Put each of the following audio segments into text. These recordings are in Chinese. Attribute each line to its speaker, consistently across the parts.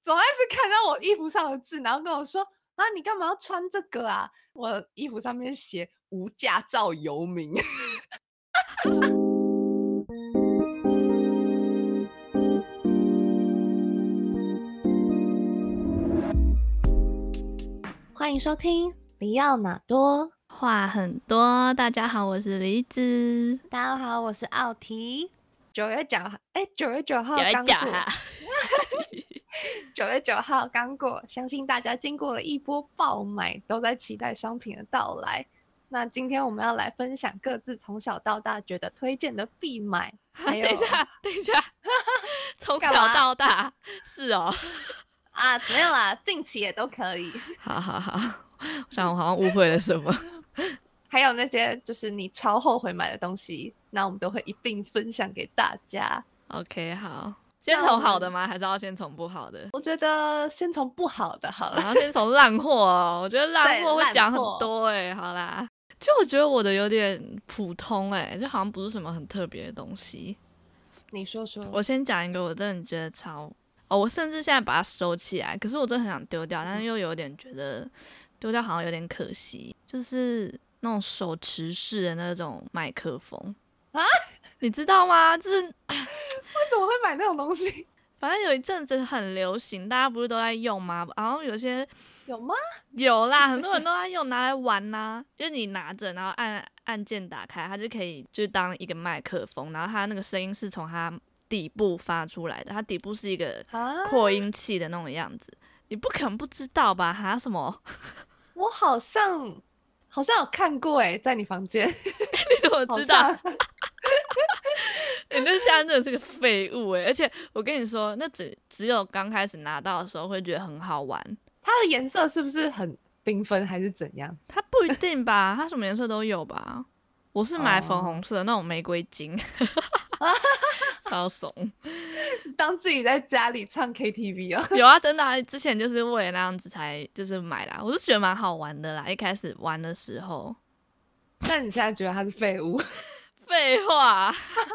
Speaker 1: 总爱是看到我衣服上的字，然后跟我说啊，你干嘛要穿这个啊？我衣服上面写无驾照游民。 欢迎收听《里奥纳多》，
Speaker 2: 话很多。大家好，我是梨子。
Speaker 1: 大家好，我是奥提。九月九号，哎，九月九号
Speaker 2: 讲一啊
Speaker 1: 刚过
Speaker 2: 讲，哈，
Speaker 1: 九月九号刚过，相信大家经过了一波爆买，都在期待商品的到来。那今天我们要来分享各自从小到大觉得推荐的必 买，还有
Speaker 2: 等一下， 等一下，从
Speaker 1: 干
Speaker 2: 小
Speaker 1: 嘛
Speaker 2: 到大是哦，
Speaker 1: 啊，没有啦，近期也都可以。
Speaker 2: 好好好，我想我好像误会了什么。
Speaker 1: 还有那些就是你超后悔买的东西，那我们都会一并分享给大家。
Speaker 2: OK，好，先
Speaker 1: 那我
Speaker 2: 从
Speaker 1: 们
Speaker 2: 好的吗？还是要先从不好的？呃
Speaker 1: 我觉得先从不好的好
Speaker 2: 然
Speaker 1: 了，
Speaker 2: 后先从烂货哦，我觉得烂
Speaker 1: 对
Speaker 2: 货会
Speaker 1: 烂
Speaker 2: 讲很
Speaker 1: 货
Speaker 2: 多哎、好啦，就我觉得我的有点普通哎、就好像不是什么很特别的东西。
Speaker 1: 你说说。
Speaker 2: 我先讲一个，我真的觉得超哦，我甚至现在把它收起来，可是我真的很想丢掉，但是又有点觉得丢掉好像有点可惜，就是那种手持式的那种麦克风
Speaker 1: 啊，
Speaker 2: 你知道吗？就是
Speaker 1: 为什么会买那种东西？
Speaker 2: 反正有一阵子很流行，大家不是都在用吗？然后有些
Speaker 1: 有吗？
Speaker 2: 有啦，很多人都在用，拿来玩呐、就是你拿着，然后按按键打开，它就可以就是当一个麦克风，然后它那个声音是从它底部发出来的，它底部是一个
Speaker 1: 啊，
Speaker 2: 扩音器的那种样子，你不可能不知道吧？哈 什么？
Speaker 1: 我好像好像有看过哎、在你房间，
Speaker 2: 你怎么
Speaker 1: 好
Speaker 2: 知道？
Speaker 1: 像
Speaker 2: 你就现在真的是个废物欸诶、而且我跟你说，那只只有刚开始拿到的时候会觉得很好玩，
Speaker 1: 它的颜色是不是很缤纷，还是怎样？
Speaker 2: 它不一 定吧？它什么颜色都有吧？我是买
Speaker 1: 哦
Speaker 2: 粉红色的那种玫瑰金， 超怂。
Speaker 1: 当自己在家里唱 KTV 哦。
Speaker 2: 有啊，真的、啊，之前就是为了那样子才就是买啦，我是觉得蛮好玩的啦。一开始玩的时候，
Speaker 1: 那你现在觉得它是废物？
Speaker 2: 废话，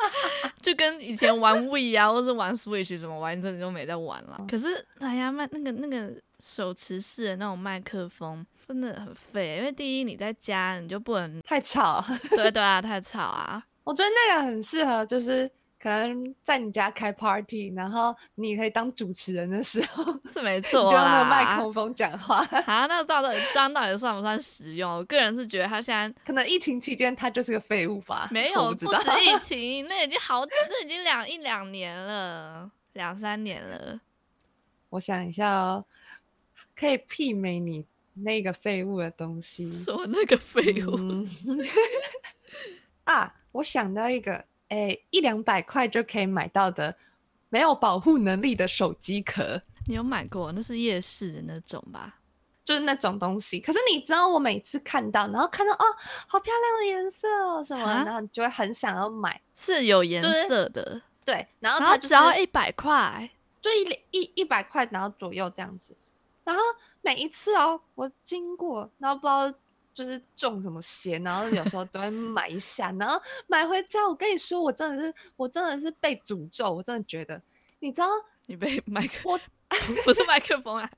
Speaker 2: 就跟以前玩 We 啊，或是玩 Switch 什么玩，真的就没在玩了。可是蓝牙麦那个那个手持式的那种麦克风，真的很废，因为第一你在家你就不能
Speaker 1: 太吵。
Speaker 2: 对对啊，太吵啊。
Speaker 1: 我觉得那个很适合，就是可能在你家开 party，然后你可以当主持人的时候， 你
Speaker 2: 是没
Speaker 1: 就
Speaker 2: 错
Speaker 1: 用那
Speaker 2: 啦，
Speaker 1: 个麦克风讲话。
Speaker 2: 啊，那到底这样到底算不算实用？我个人是觉得它现在
Speaker 1: 可能疫情期间它就是个废物吧，
Speaker 2: 没
Speaker 1: 我
Speaker 2: 有，
Speaker 1: 不知
Speaker 2: 不
Speaker 1: 道。
Speaker 2: 止疫 情，那已经好，那已经两一两年了，两三年了。
Speaker 1: 我想一下哦，可以媲美你那个废物的东西。
Speaker 2: 说那个废物，
Speaker 1: 嗯啊，我想到一个，哎，一两百块就可以买到的没有保护能力的手机壳，
Speaker 2: 你有买过？那是夜市的那种吧？
Speaker 1: 就是那种东西。可是你知道，我每次看到，然后看到哦，好漂亮的颜色哦什么的，
Speaker 2: 啊
Speaker 1: 然后你就会很想要买。
Speaker 2: 是有颜
Speaker 1: 就是
Speaker 2: 色的，
Speaker 1: 对，然后
Speaker 2: 然
Speaker 1: 它
Speaker 2: 后
Speaker 1: 就
Speaker 2: 只要
Speaker 1: 是
Speaker 2: 一百块，
Speaker 1: 就一一一百块，然后左右这样子。然后每一次哦，我经过，然后不知道就是中什么邪，然后有时候都会买一下，然后买回家，我跟你说，我真的是，我真的是被诅咒，我真的觉得，你知道，
Speaker 2: 你被麦克
Speaker 1: 我
Speaker 2: 不是麦克风 啊，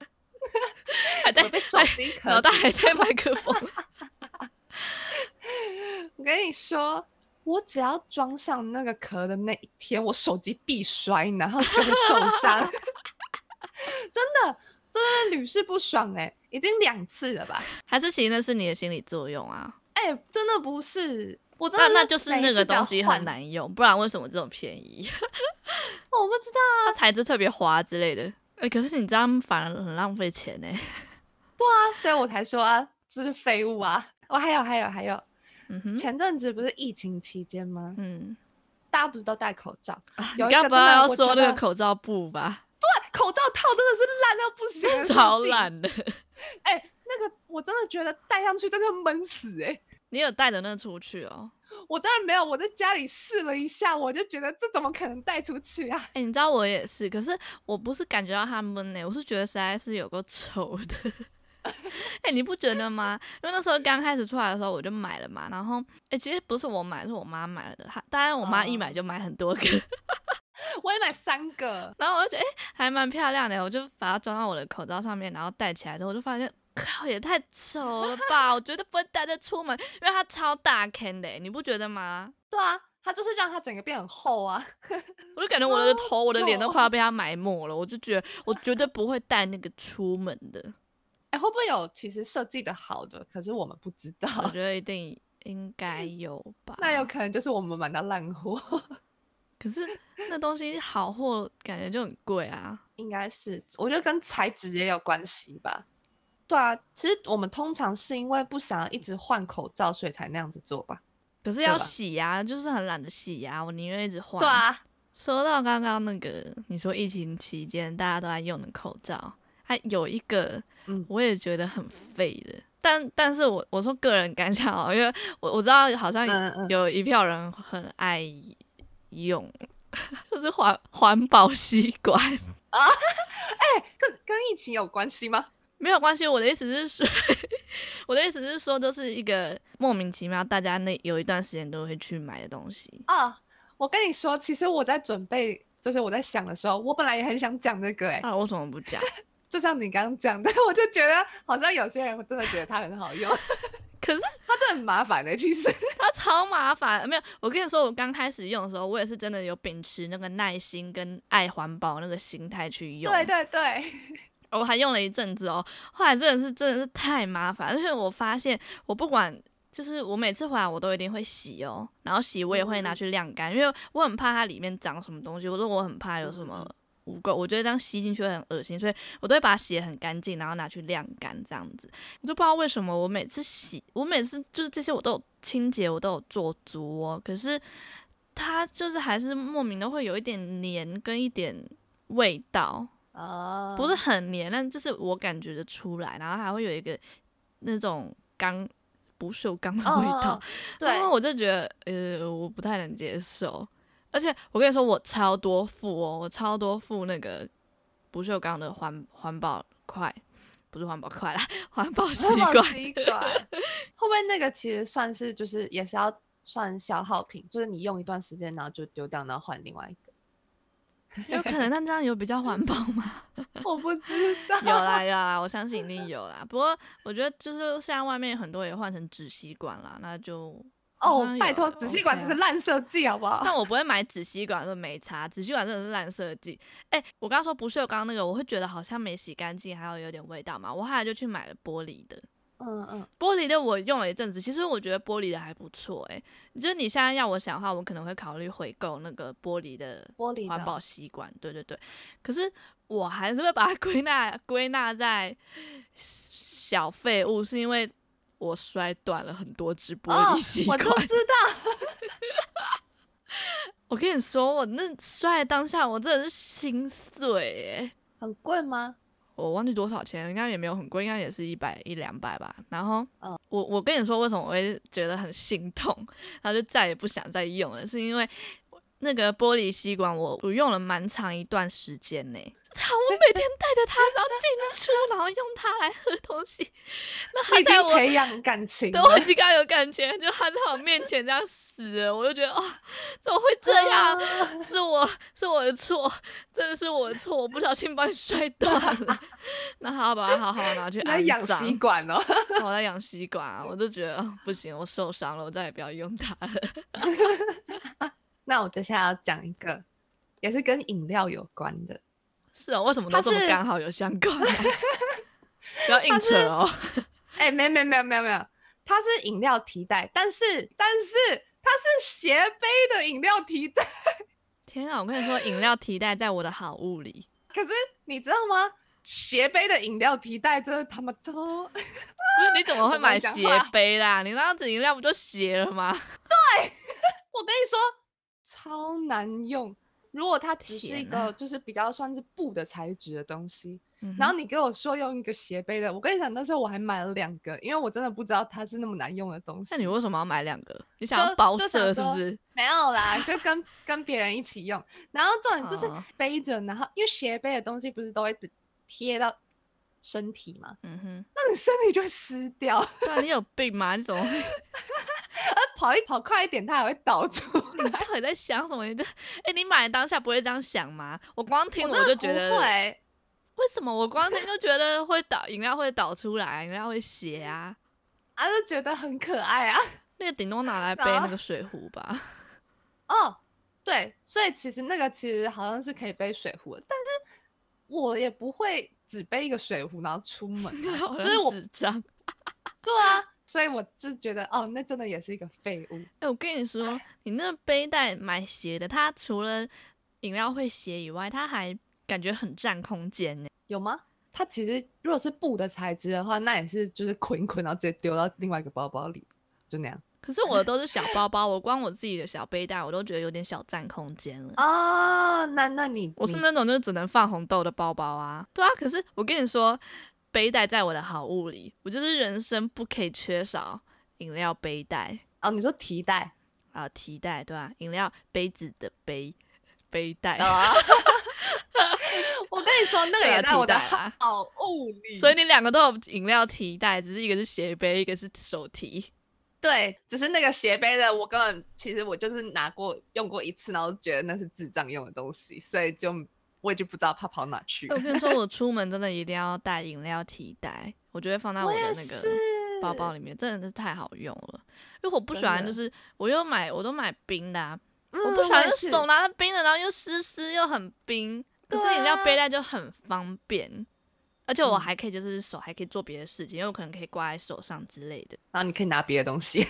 Speaker 2: 还在
Speaker 1: 我被手
Speaker 2: 还
Speaker 1: 机壳
Speaker 2: 脑袋
Speaker 1: 诅
Speaker 2: 还在麦克风，
Speaker 1: 我跟你说，我只要装上那个壳的那一天，我手机必摔，然后就会受伤。 真的，真的屡试不爽哎、已经两次了吧？
Speaker 2: 还是其实那是你的心理作用啊？
Speaker 1: 哎、真的不是，我真
Speaker 2: 那
Speaker 1: 的
Speaker 2: 那就是
Speaker 1: 每一
Speaker 2: 那
Speaker 1: 次
Speaker 2: 个
Speaker 1: 只要
Speaker 2: 东西
Speaker 1: 换
Speaker 2: 很，难用，不然为什么这种便宜？
Speaker 1: 我不知道。啊
Speaker 2: 它材质特别滑之类的。哎、可是你这样反而很浪费钱欸呢、
Speaker 1: 对啊，所以我才说啊，这是废物啊。我、还有还有还有，
Speaker 2: 嗯哼，
Speaker 1: 前阵子不是疫情期间吗？
Speaker 2: 嗯，大
Speaker 1: 大家不是都戴口罩？
Speaker 2: 啊你
Speaker 1: 有一
Speaker 2: 该
Speaker 1: 个
Speaker 2: 不
Speaker 1: 真的
Speaker 2: 要
Speaker 1: 我
Speaker 2: 说
Speaker 1: 觉
Speaker 2: 那个
Speaker 1: 得
Speaker 2: 口罩布吧？
Speaker 1: 口罩套真的是烂到不行的，
Speaker 2: 超
Speaker 1: 是不是。
Speaker 2: 烂的。
Speaker 1: 哎、那个我真的觉得戴上去真的闷死哎、
Speaker 2: 你有带着那出去哦？
Speaker 1: 我当然没有，我在家里试了一下，我就觉得这怎么可能带出去啊？
Speaker 2: 哎、你知道我也是，可是我不是感觉到它闷呢、我是觉得实在是有够丑的。 哎、你不觉得吗？因为那时候刚开始出来的时候，我就买了嘛。然后，哎、其实不是我买，是我妈买的。她当然，我妈一
Speaker 1: 哦
Speaker 2: 买就买很多个。
Speaker 1: 我也买三个，
Speaker 2: 然后我就觉得哎、还蛮漂亮的，我就把它装到我的口罩上面，然后戴起来之后，我就发现。靠，也太丑了吧！我绝对不会带这出门，因为它超大坑的，欸你不觉得吗？
Speaker 1: 对啊，它就是让它整个变很厚啊。
Speaker 2: 我就感觉我的头、我的脸都
Speaker 1: 丑
Speaker 2: 快要被它埋没了，我就觉得我绝对不会带那个出门的。
Speaker 1: 哎、会不会有其实设计的好的，可是我们不知道？
Speaker 2: 我觉得一定应该有吧。
Speaker 1: 那有可能就是我们买到烂货，
Speaker 2: 可是那东西好货感觉就很贵啊。
Speaker 1: 应该是，我觉得跟材质也有关系吧。对啊，其实我们通常是因为不想要一直换口罩，所以才那样子做吧。
Speaker 2: 可是
Speaker 1: 对
Speaker 2: 要
Speaker 1: 吧
Speaker 2: 洗呀、就是很懒得洗呀、我宁愿一直换。
Speaker 1: 对。啊，
Speaker 2: 说到刚刚那个，你说疫情期间大家都在用的口罩，还有一个，
Speaker 1: 嗯
Speaker 2: 我也觉得很废的。但但是我我说个人感想哦，因为我我知道好像
Speaker 1: 嗯嗯，
Speaker 2: 有一票人很爱用， 就是环环保吸管。
Speaker 1: 跟跟疫情有关系吗？
Speaker 2: 没有关系，我的意思是说， 我的意思是说，就是一个莫名其妙，大家那有一段时间都会去买的东西。
Speaker 1: 啊，我跟你说，其实我在准备，就是我在想的时候，我本来也很想讲这个、欸，
Speaker 2: 啊，我怎么不讲？
Speaker 1: 就像你刚刚讲的， 我就觉得好像有些人真的觉得它很好用，
Speaker 2: 可是
Speaker 1: 它真的很麻烦的、其实，
Speaker 2: 它超麻烦，没有。我跟你说，我刚开始用的时候，我也是真的有秉持那个耐心跟爱环保那个心态去用。
Speaker 1: 对对对，
Speaker 2: 我还用了一阵子哦，后来真的是真的是太麻烦， 而且我发现我不管。就是我每次回来我都一定会洗哦，然后洗我也会拿去晾干，因为我很怕它里面长什么东西，我说我很怕有什么污垢，我觉得这样吸进去会很恶心，所以我都会把它洗得很干净，然后拿去晾干这样子。我就不知道为什么我每次洗，我每次就是这些我都有清洁，我都有做足哦，可是它就是还是莫名的会有一点黏跟一点味道，
Speaker 1: 啊
Speaker 2: 不是很黏，但就是我感觉得出来，然后还会有一个那种刚不锈钢的
Speaker 1: 哦
Speaker 2: 味
Speaker 1: 哦
Speaker 2: 道
Speaker 1: 哦，对，
Speaker 2: 然后我就觉得呃，我不太能接受。而且我跟你说，我超多副哦，我超多副那个不锈钢的环环保块，不是环保块啦，环保吸
Speaker 1: 环保
Speaker 2: 管。
Speaker 1: 吸管会不会那个其实算是就是也是要算消耗品，就是你用一段时间然后就丢掉，然后换另外一个，
Speaker 2: 有可能，但这样有比较环保吗？
Speaker 1: 我不知道，
Speaker 2: 有啦有啦，我相信一定有啦。不过我觉得就是现在外面很多也换成纸吸管啦，那就好
Speaker 1: 哦
Speaker 2: 像，
Speaker 1: 拜
Speaker 2: 有
Speaker 1: 托，纸吸管
Speaker 2: OK
Speaker 1: 就
Speaker 2: 啊
Speaker 1: 是烂设计，好不好？
Speaker 2: 但我不会买纸吸管，说没差。纸吸管真的是烂设计。哎、我刚刚说不锈钢那个，我会觉得好像没洗干净，还有有点味道嘛。我后来就去买了玻璃的，
Speaker 1: 嗯嗯，
Speaker 2: 玻璃的我用了一阵子，其实我觉得玻璃的还不错、欸。哎，就是你现在要我想的话，我可能会考虑回购那个玻璃的
Speaker 1: 玻璃
Speaker 2: 环
Speaker 1: 的
Speaker 2: 保吸管。对对对，可是我还是会把它 归纳归纳在小废物，是因为我摔断了很多只玻
Speaker 1: 哦
Speaker 2: 璃吸
Speaker 1: 我
Speaker 2: 管。
Speaker 1: 就知道，
Speaker 2: 我跟你说，我那摔的当下，我真的是心碎哎！
Speaker 1: 很贵 吗？
Speaker 2: 我忘记多少钱，应该也没有很贵，应该也是一百一两百吧。然后，
Speaker 1: 嗯
Speaker 2: 我我跟你说，为什么我会觉得很心痛，然后就再也不想再用了，是因为那个玻璃吸管我，我用了蛮长一段时间呢、我每天带着它，然后进出，然后用它来喝东西，那
Speaker 1: 你
Speaker 2: 它
Speaker 1: 已
Speaker 2: 在
Speaker 1: 经
Speaker 2: 我
Speaker 1: 培养感情
Speaker 2: 对
Speaker 1: 了，
Speaker 2: 我已经跟他有感情，就他在我面前这样死了，我就觉得哦，怎么会这
Speaker 1: 啊
Speaker 2: 样？是我是我的错，真的是我的错，我不小心把你摔断了。 那好，把它好好拿去
Speaker 1: 你在
Speaker 2: 安
Speaker 1: 养
Speaker 2: 葬。
Speaker 1: 吸管哦。
Speaker 2: 我在养吸管啊，我就觉得、哦不行，我受伤了，我再也不要用它了。
Speaker 1: 那我接下来要讲一个，也是跟饮料有关的。
Speaker 2: 是哦，为什么都
Speaker 1: 它
Speaker 2: 这么
Speaker 1: 是
Speaker 2: 刚好有相关、啊？ 不要硬
Speaker 1: 它
Speaker 2: 扯
Speaker 1: 是
Speaker 2: 哦。
Speaker 1: 哎、没有没有没有没有没有，它是饮料替代，但是但是它是斜杯的饮料替代。
Speaker 2: 天啊，我跟你说，饮料替代在我的好物里。
Speaker 1: 可是 你知道吗？斜杯的饮料替代真的他妈超……
Speaker 2: 不是你怎么会
Speaker 1: 我
Speaker 2: 买
Speaker 1: 乱讲
Speaker 2: 斜
Speaker 1: 话
Speaker 2: 杯啦？你那样子饮料不就斜了吗？
Speaker 1: 我跟你说，超难用。如果它只是一
Speaker 2: 天哪
Speaker 1: 个就是比较算是布的材质的东西，
Speaker 2: 啊嗯
Speaker 1: 然
Speaker 2: 哼
Speaker 1: 后你给我说用一个斜杯的，我跟你讲，那时候我还买了两个，因为我真的不知道它是那么难用的东西。
Speaker 2: 那你为什么要买两个？你想
Speaker 1: 就
Speaker 2: 要包
Speaker 1: 就想
Speaker 2: 色是不
Speaker 1: 说
Speaker 2: 是？
Speaker 1: 没有啦，就跟 跟别人一起用。然后这种就是
Speaker 2: 哦
Speaker 1: 背着，然后因为斜背的东西不是都会贴到身体 嘛，
Speaker 2: 嗯哼，
Speaker 1: 那你身体就会湿掉，
Speaker 2: 对啊，你有病吗？你怎么会？
Speaker 1: 而跑一跑快一点，它还会倒出来。
Speaker 2: 到底在想什么？你这，哎、你买的当下不会这样想吗？我光听
Speaker 1: 我真的
Speaker 2: 就觉
Speaker 1: 不
Speaker 2: 得，
Speaker 1: 会，
Speaker 2: 为什么我光听就觉得会倒，饮料会倒出来，饮料会血啊？
Speaker 1: 啊，就觉得很可爱啊。
Speaker 2: 那个顶多拿来背
Speaker 1: 然后
Speaker 2: 那个水壶吧。
Speaker 1: 哦，对，所以其实那个其实好像是可以背水壶的，但是我也不会只背一个水 壶然后出门 啊、
Speaker 2: 好
Speaker 1: 就是
Speaker 2: 像
Speaker 1: 我，
Speaker 2: 智障。
Speaker 1: 对啊，所以我就觉得哦，那真的也是一个废物。
Speaker 2: 哎、我跟你说，你那个背带买斜的，它除了饮料会斜以外，它还感觉很占空间呢。
Speaker 1: 有吗？它其实如果是布的材质的话，那也是就是捆一捆，然后直接丢到另外一个包包里，就那样。
Speaker 2: 可是我的都是小包包，我光我自己的小背带，我都觉得有点小占空间了。
Speaker 1: 哦，那那你
Speaker 2: 我是
Speaker 1: 你
Speaker 2: 那种就只能放红豆的包包啊。对啊，可是我跟你说，背带在我的好物里，我就是人生不可以缺少饮料背带
Speaker 1: 哦，你说提袋
Speaker 2: 啊，提袋对吧、饮料杯子的杯背带，
Speaker 1: 啊？ 我跟你说，那个
Speaker 2: 对啊
Speaker 1: 也在我的
Speaker 2: 提袋啊
Speaker 1: 好物里，
Speaker 2: 所以你两个都有饮料提袋，只是一个是斜背，一个是手提。
Speaker 1: 对，只是那个斜背的，我根本其实我就是拿过用过一次，然后觉得那是智障用的东西，所以就我也就不知道它跑哪去了。
Speaker 2: 哎我跟你说，我出门真的一定要带饮料提袋，我就会放在我的
Speaker 1: 也
Speaker 2: 那
Speaker 1: 是
Speaker 2: 个包包里面，真的是太好用了。因为我不喜欢，
Speaker 1: 真
Speaker 2: 就
Speaker 1: 的
Speaker 2: 是我又买，我都买冰的、啊，
Speaker 1: 嗯
Speaker 2: 我不喜欢
Speaker 1: 也是
Speaker 2: 手拿着冰的，然后又湿湿又很冰。可
Speaker 1: 对
Speaker 2: 是
Speaker 1: 啊
Speaker 2: 饮料背带就很方便，而且我
Speaker 1: 嗯
Speaker 2: 还可以就是手还可以做别的事情，因为我可能可以挂在手上之类的。
Speaker 1: 然后你可以拿别的东西，
Speaker 2: 啊，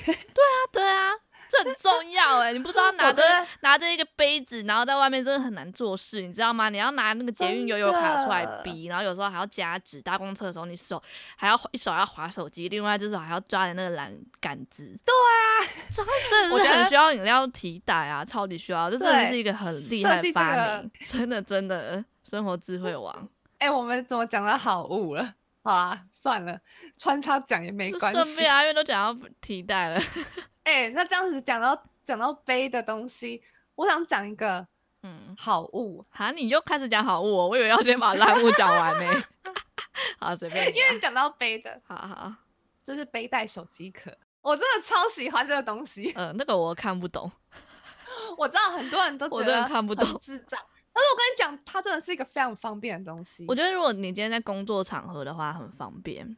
Speaker 2: 对啊，这很重要 哎、你不知道拿
Speaker 1: 我
Speaker 2: 着
Speaker 1: 觉得
Speaker 2: 拿着一个杯子，然后在外面真的很难做事，你知道吗？你要拿那个捷运
Speaker 1: 真
Speaker 2: 悠游卡出来
Speaker 1: 的
Speaker 2: 逼，然后有时候还要夹纸，搭公车的时候你手还要一手要划手机，另外一只手还要抓着那个栏杆子。对啊，这真的
Speaker 1: 我
Speaker 2: 是
Speaker 1: 觉得
Speaker 2: 很需要饮料提袋啊，超级需要，这真的
Speaker 1: 对
Speaker 2: 是一个很厉
Speaker 1: 设
Speaker 2: 害
Speaker 1: 计
Speaker 2: 的
Speaker 1: 这
Speaker 2: 发
Speaker 1: 个
Speaker 2: 明，真的真的生活智慧王。
Speaker 1: 哎、我们怎么讲到好物了？好啊，算了，穿插讲也没
Speaker 2: 就
Speaker 1: 关
Speaker 2: 顺
Speaker 1: 系
Speaker 2: 便。啊，因为都讲到提袋了，
Speaker 1: 哎、那这样子讲到讲到杯的东西，我想讲一个
Speaker 2: 嗯，
Speaker 1: 好物，
Speaker 2: 好，你又开始讲好物哦，我以为要先把烂物讲完 呢、好，随便你啊，
Speaker 1: 因为讲到杯的，
Speaker 2: 好好，
Speaker 1: 就是背带手机壳，我真的超喜欢这个东西。
Speaker 2: 呃，那个我看不懂，
Speaker 1: 我知道很多人都
Speaker 2: 我
Speaker 1: 觉
Speaker 2: 真的
Speaker 1: 得
Speaker 2: 看不
Speaker 1: 很
Speaker 2: 懂
Speaker 1: 智障。但是我跟你讲，它真的是一个非常方便的东西。
Speaker 2: 我觉得如果你今天在工作场合的话，很方便。
Speaker 1: 没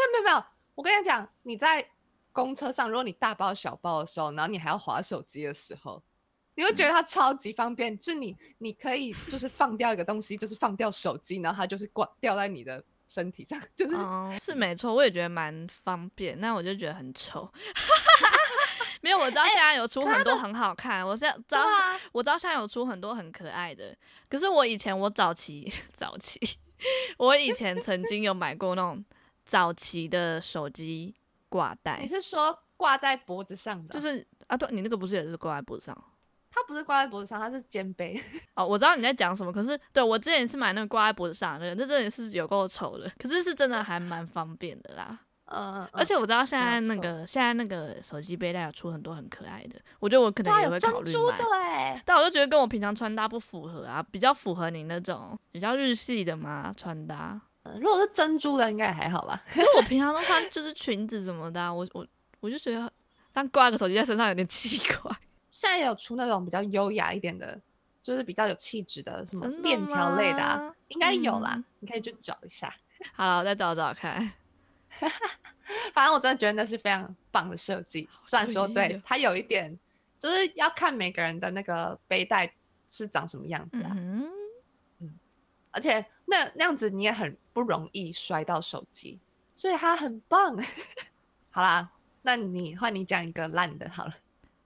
Speaker 1: 有没有没有，我跟你讲，你在公车上，如果你大包小包的时候，然后你还要划手机的时候，你
Speaker 2: 嗯
Speaker 1: 会觉得它超级方便，就是你你可以就是放掉一个东西，就是放掉手机，然后它就是挂掉在你的身体上， 就是、
Speaker 2: 嗯，是没错，我也觉得蛮方便，那我就觉得很丑。 没有，我
Speaker 1: 哎
Speaker 2: 知道现在有出很多很好看，我现在知
Speaker 1: 对
Speaker 2: 道，
Speaker 1: 啊，
Speaker 2: 我知道现在有出很多很可爱的。可是我以前我早期 早期，我以前曾经有买过那种早期的手机挂带
Speaker 1: 你，是说挂在脖子上的哦，
Speaker 2: 就是啊，对你那个不是也是挂在脖子上？啊
Speaker 1: 它不是挂在脖子上，它是肩 背。
Speaker 2: 哦，我知道你在讲什么，可是对我之前是买那个挂在脖子上的那个，那真的是有够丑的，可是是真的还蛮方便的啦。
Speaker 1: 嗯，嗯
Speaker 2: 而且我知道现在
Speaker 1: 没
Speaker 2: 哦那
Speaker 1: 有
Speaker 2: 个现在那个手机背带有出很多很可爱的，我觉得我可
Speaker 1: 对
Speaker 2: 能
Speaker 1: 啊，
Speaker 2: 也
Speaker 1: 有
Speaker 2: 会
Speaker 1: 珍
Speaker 2: 考虑
Speaker 1: 珠
Speaker 2: 买啊
Speaker 1: 的。哎，
Speaker 2: 但我就觉得跟我平常穿搭不符合啊，比较符合你那种比较日系的嘛穿搭。
Speaker 1: 嗯如果是珍珠的，应该也还好吧？
Speaker 2: 因为我平常都穿就是裙子什么的啊、我我我就觉得像挂个手机在身上有点奇怪。
Speaker 1: 现在有出那种比较优雅一点的，就是比较有气质的，什么
Speaker 2: 真的
Speaker 1: 链条类的、
Speaker 2: 吗
Speaker 1: 啊，应该有啦，
Speaker 2: 嗯
Speaker 1: 你可以去找一下。
Speaker 2: 好了，我再找找看。
Speaker 1: 反正我真的觉得那是非常棒的设计，虽然说
Speaker 2: 哎
Speaker 1: 对
Speaker 2: 呦
Speaker 1: 它有一点，就是要看每个人的那个背带是长什么样子
Speaker 2: 嗯
Speaker 1: 啊，
Speaker 2: 哼，
Speaker 1: 而且那那样子你也很不容易摔到手机，所以它很棒。 好啦，那你换你讲一个烂的好了，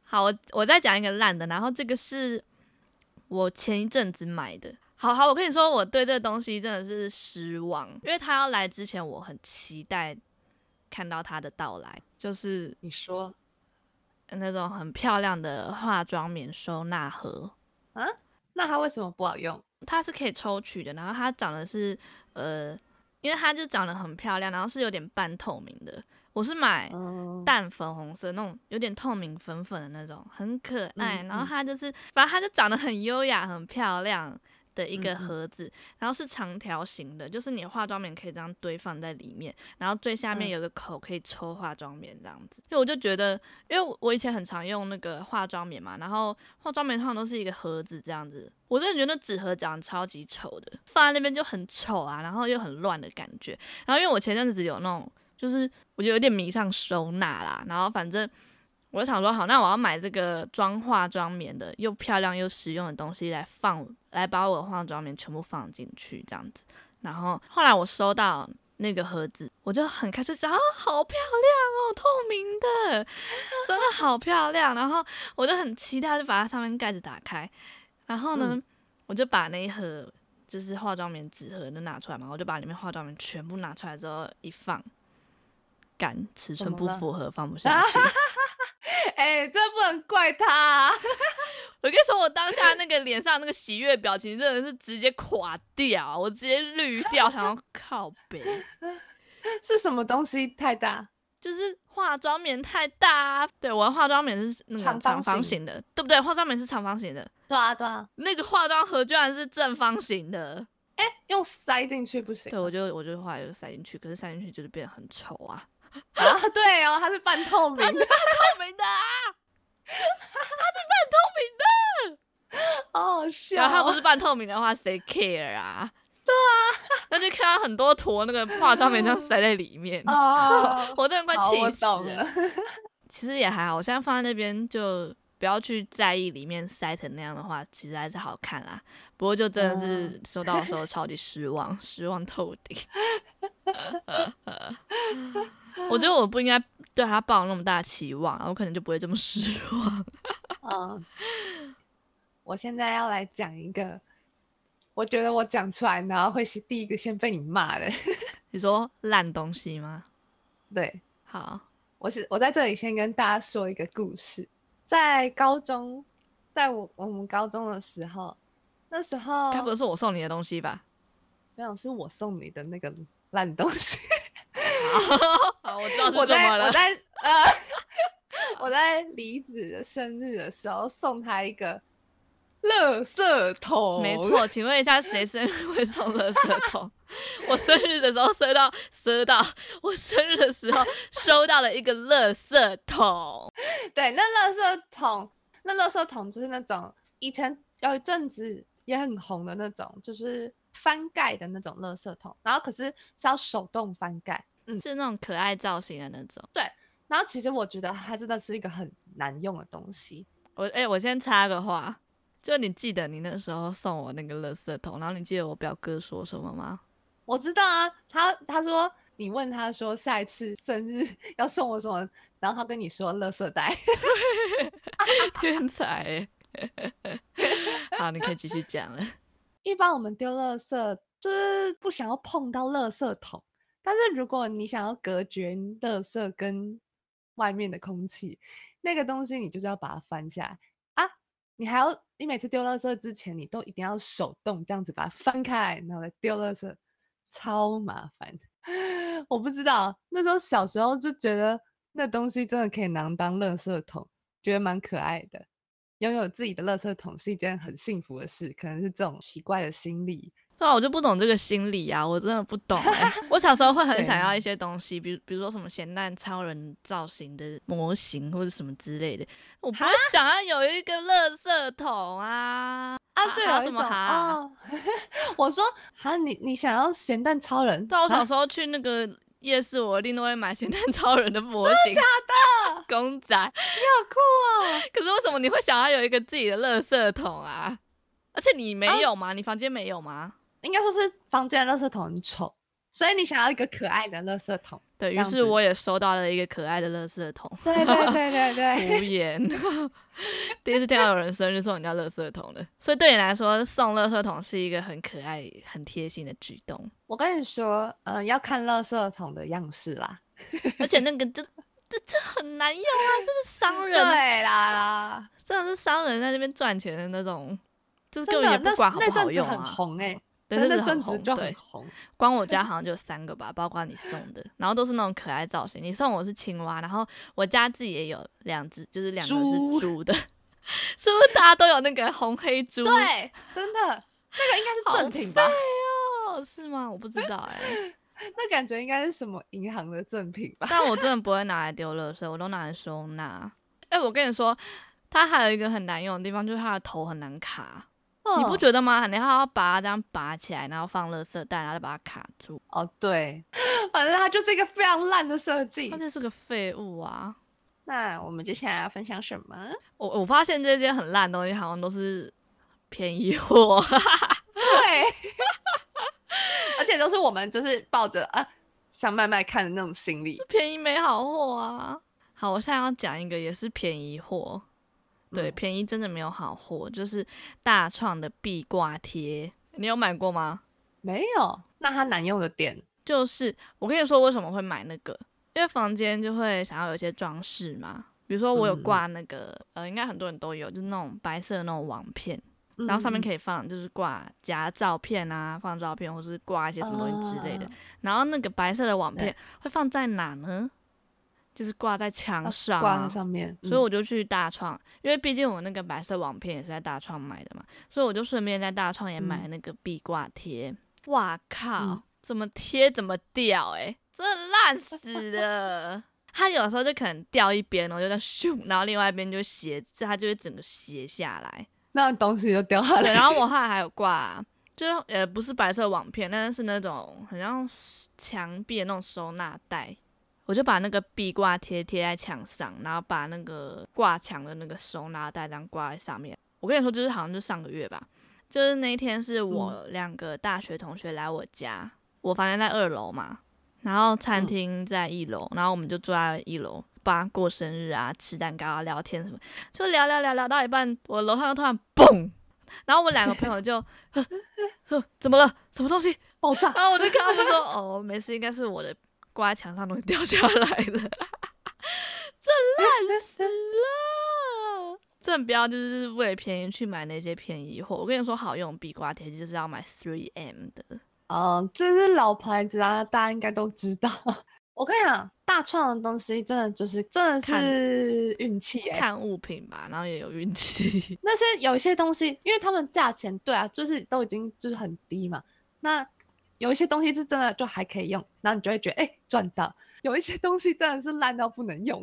Speaker 2: 好，我我再讲一个烂的，然后这个是我前一阵子买的。好好，我跟你说，我对这个东西真的是失望，因为它要来之前，我很期待看到它的到来，就是
Speaker 1: 你说
Speaker 2: 那种很漂亮的化妆棉收纳盒，
Speaker 1: 那它为什么不好用？
Speaker 2: 它是可以抽取的，然后它长得是呃，因为它就长得很漂亮，然后是有点半透明的。我是买
Speaker 1: 嗯，
Speaker 2: 淡粉红色那种，有点透明粉粉的那种，很可爱。
Speaker 1: 嗯
Speaker 2: 然后
Speaker 1: 嗯
Speaker 2: 它就是，反正它就长得很优雅，很漂亮。的一个
Speaker 1: 嗯嗯
Speaker 2: 盒子，然后是长条形的，就是你的化妆棉可以这样堆放在里面，然后最下
Speaker 1: 嗯
Speaker 2: 面有个口可以抽化妆棉这样子。因为我就觉得，因为我我以前很常用那个化妆棉嘛，然后化妆棉通常都是一个盒子这样子，我真的觉得那纸盒长得超级丑的，放在那边就很丑啊，然后又很乱的感觉。然后因为我前阵子有那种，就是我就有点迷上收纳啦，然后反正。我就想说，好，那我要买这个装化妆棉的，又漂亮又实用的东西来放，来把我的化妆棉全部放进去这样子。然后后来我收到那个盒子，我就很开心，想啊，好漂亮哦，透明的，真的好漂亮。然后我就很期待，就把它上面盖子打开。然后
Speaker 1: 嗯
Speaker 2: 呢，我就把那一盒就是化妆棉纸盒就拿出来嘛，我就把里面化妆棉全部拿出来之后一放，干尺
Speaker 1: 怎
Speaker 2: 寸
Speaker 1: 么
Speaker 2: 不
Speaker 1: 了
Speaker 2: 符合，放不下去。
Speaker 1: 哎、这不能怪他、啊，
Speaker 2: 我跟你说，我当下那个脸上那个喜悦表情真的是直接垮掉，我直接绿掉，想要靠北，
Speaker 1: 是什么东西太大？
Speaker 2: 就是化妆棉太大、啊。对，我的化妆棉是那个
Speaker 1: 长方
Speaker 2: 长方形的，对不对？化妆棉是长方形的，
Speaker 1: 对啊，对啊，
Speaker 2: 那个化妆盒居然是正方形的。
Speaker 1: 用塞进去不行啊
Speaker 2: 对，我就我就后来就塞进去，可是塞进去就是变得很丑啊，
Speaker 1: 啊？ 对哦，它是半透明的，
Speaker 2: 透明的啊，
Speaker 1: 好好笑
Speaker 2: 然后它不
Speaker 1: 哦。
Speaker 2: 是半透明的话，谁 care 啊？对啊，那就看到很多坨那个化妆棉这样塞在里面，
Speaker 1: 哦，
Speaker 2: 我真的快
Speaker 1: 好我
Speaker 2: 气死
Speaker 1: 懂了。
Speaker 2: 其实也还好，我现在放在那边就不要去在意里面塞成那样的话，其实还是好看啦。不过就真的是收到的时候超级失望，失望透顶。我觉得我不应该对他抱有那么大的期望，啊我可能就不会这么失望。
Speaker 1: 嗯，我现在要来讲一个，我觉得我讲出来，然后会是第一个先被你骂的。
Speaker 2: 你说烂东西吗？
Speaker 1: 对，
Speaker 2: 好，
Speaker 1: 我是我在这里先跟大家说一个故事，在高中，在我我们高中的时候，那时候
Speaker 2: 该不会是我送你的东西吧？
Speaker 1: 没有是我送你的那个烂东西，
Speaker 2: 好，哦我知道是
Speaker 1: 我
Speaker 2: 什么
Speaker 1: 在
Speaker 2: 了
Speaker 1: 我。 在呃，我在李子的生日的时候送他一个垃圾桶，
Speaker 2: 没错，请问一下，谁生日会送垃圾桶？我生日的时候收到，收到，我生日的时候收到了一个垃圾桶。
Speaker 1: 对，那垃圾桶，那垃圾桶就是那种以前有一阵子也很红的那种，就是翻盖的那种垃圾桶，然后可是是要手动翻盖。嗯
Speaker 2: 是那种可爱造型的那种。
Speaker 1: 然后其实我觉得它真的是一个很难用的东西，
Speaker 2: 我哎、我先插个话，就你记得你那时候送我那个垃圾桶，然后你记得我表哥说什么吗？
Speaker 1: 我知道啊，他他说你问他说下一次生日 要送我什么，然后他跟你说垃圾袋，
Speaker 2: 天才、欸。 好，你可以继续讲了。
Speaker 1: 一般我们丢垃圾就是不想要碰到垃圾桶，但是如果你想要隔绝垃圾跟外面的空气，那个东西你就是要把它翻下来啊！你还要你每次丢垃圾之前，你都一定要手动这样子把它翻开来，然后再丢垃圾，超麻烦。 我不知道那时候小时候就觉得那东西真的可以拿当垃圾桶，觉得蛮可爱的。拥有自己的垃圾桶是一件很幸福的事，可能是这种奇怪的心理。
Speaker 2: 对啊，我就不懂这个心理啊，我真的不懂、 欸。我小时候会很想要一些东西，比如比如说什么咸蛋超人造型的模型或者什么之类的，我不会想要有一个垃圾桶啊。
Speaker 1: 啊，
Speaker 2: 哈
Speaker 1: 对，
Speaker 2: 还有
Speaker 1: 有一
Speaker 2: 什
Speaker 1: 种
Speaker 2: 么哈啊
Speaker 1: 哦， 我说哈，你你想要咸蛋超人？
Speaker 2: 对啊，我小
Speaker 1: 啊
Speaker 2: 时候去那个夜市，我一定都会买咸蛋超人的模型，假的公仔。
Speaker 1: 好酷哦！
Speaker 2: 可是为什么你会想要有一个自己的垃圾桶啊？而且你
Speaker 1: 啊
Speaker 2: 没有吗？你房间没有吗？
Speaker 1: 应该说是房间的垃圾桶很丑，所以你想要一个可爱的垃圾桶。
Speaker 2: 对
Speaker 1: 这
Speaker 2: 于
Speaker 1: 样
Speaker 2: 是，
Speaker 1: 子
Speaker 2: 我也收到了一个可爱的垃圾桶。
Speaker 1: 对对对对对，
Speaker 2: 无言。第一次听到有人生日送人家垃圾桶的，所以对你来说送垃圾桶是一个很可爱、很贴心的举动，
Speaker 1: 我跟你说，嗯、要看垃圾桶的样式啦。
Speaker 2: 而且那个就这这很难用啊，这是商
Speaker 1: 对
Speaker 2: 人，啊
Speaker 1: 啦啦，
Speaker 2: 真的是商人在那边赚钱的那种，就是
Speaker 1: 真的
Speaker 2: 根本也
Speaker 1: 那
Speaker 2: 不管好
Speaker 1: 那
Speaker 2: 不好
Speaker 1: 阵子
Speaker 2: 用
Speaker 1: 很
Speaker 2: 啊。
Speaker 1: 红哎、
Speaker 2: 对，
Speaker 1: 真的
Speaker 2: 那阵
Speaker 1: 阵
Speaker 2: 子
Speaker 1: 子
Speaker 2: 很
Speaker 1: 就
Speaker 2: 红，
Speaker 1: 很
Speaker 2: 对，
Speaker 1: 红。
Speaker 2: 光我家好像就有三个吧，包括你送的，然后都是那种可爱造型。你送我是青蛙，然后我家自己也有两只，就是两个
Speaker 1: 猪
Speaker 2: 是猪的，是不是大家都有那个红黑猪？
Speaker 1: 对，真的那个应该
Speaker 2: 好
Speaker 1: 是正品吧？
Speaker 2: 哦，是吗？我不知道 哎、
Speaker 1: 那感觉应该是什么银行的正品吧？
Speaker 2: 但我真的不会拿来丢垃圾，我都拿来收纳。哎、我跟你说，它还有一个很难用的地方，就是它的头很难卡，你不
Speaker 1: 嗯
Speaker 2: 觉得吗？你还要把它这样拔起来，然后放垃圾袋，然后再把它卡住，
Speaker 1: 哦，对， 反正它就是一个非常烂的设计
Speaker 2: 它。就是个废物啊！
Speaker 1: 那我们接下来要分享什么？
Speaker 2: 我我发现这些很烂的东西好像都是便宜 货，啊
Speaker 1: 对， 而且都是我们就是抱着啊想卖卖看的那种心理。
Speaker 2: 便宜没好货啊。好，我现在要讲一个也是便宜货，对，
Speaker 1: 嗯
Speaker 2: 便宜真的没有好货，就是大创的壁挂贴，你有买过吗？
Speaker 1: 没有，那它难用的点，
Speaker 2: 就是我跟你说为什么会买那个，因为房间就会想要有一些装饰嘛，比如说我有
Speaker 1: 嗯
Speaker 2: 挂那个，呃，应该很多人都有，就是那种白色的那种网片，然后上面
Speaker 1: 以
Speaker 2: 可以放就是挂夹照片啊，放照片，或是挂一些什么东西之
Speaker 1: 啊
Speaker 2: 类的。然后那个白色的网片会放在哪呢？就是挂在墙上、
Speaker 1: 嗯挂
Speaker 2: 啊
Speaker 1: 在。上面，
Speaker 2: 所以我就去大创，因为毕竟我那个白色网片也是在大创买的嘛，所以我就顺便在大创也买了那个壁挂贴。哇靠，
Speaker 1: 嗯
Speaker 2: 怎么贴怎么掉、欸，哎，真的烂死了。 它有时候就可能掉一边，然后就在咻，然后另外一边就斜，就它就会整个斜下来。
Speaker 1: 那东西就掉下
Speaker 2: 对，
Speaker 1: 来。
Speaker 2: 然后 我后来还有挂，就是呃不是白色网片，但是是那种很像墙壁的那种收纳袋，我就把那个壁挂贴贴在墙上，然后把那个挂墙的那个收纳袋这样挂在上面。我跟你说，就是好像就上个月吧，就是那一天是我两个大学同学来我家，我房间在二楼嘛，然后餐厅在一楼，然后我们就坐在一楼。帮他过生日啊，吃蛋糕啊，聊天什么，就聊聊聊聊到一半，我楼上就突然嘣，然后我两个朋友就 呵呵怎么了？什么东西？
Speaker 1: 爆炸，
Speaker 2: 然后我就看到他们说：“哦，没事，应该是我的挂在墙上东西掉下来了。”这 烂死了！真的不要就是为了便宜去买那些便宜货。我跟你说，好用壁挂贴就是要买 3M 的，
Speaker 1: 哦，这是老牌子啊，大家应该都知道。 我跟你讲，大创的东西真的就是真的
Speaker 2: 看
Speaker 1: 是运气哎、
Speaker 2: 看物品吧，然后也有运气。
Speaker 1: 那些有一些东西，因为他们价钱对啊，就是都已经就是很低嘛。那有一些东西是真的就还可以用，然后你就会觉得哎赚、到；有一些东西真的是烂到不能用。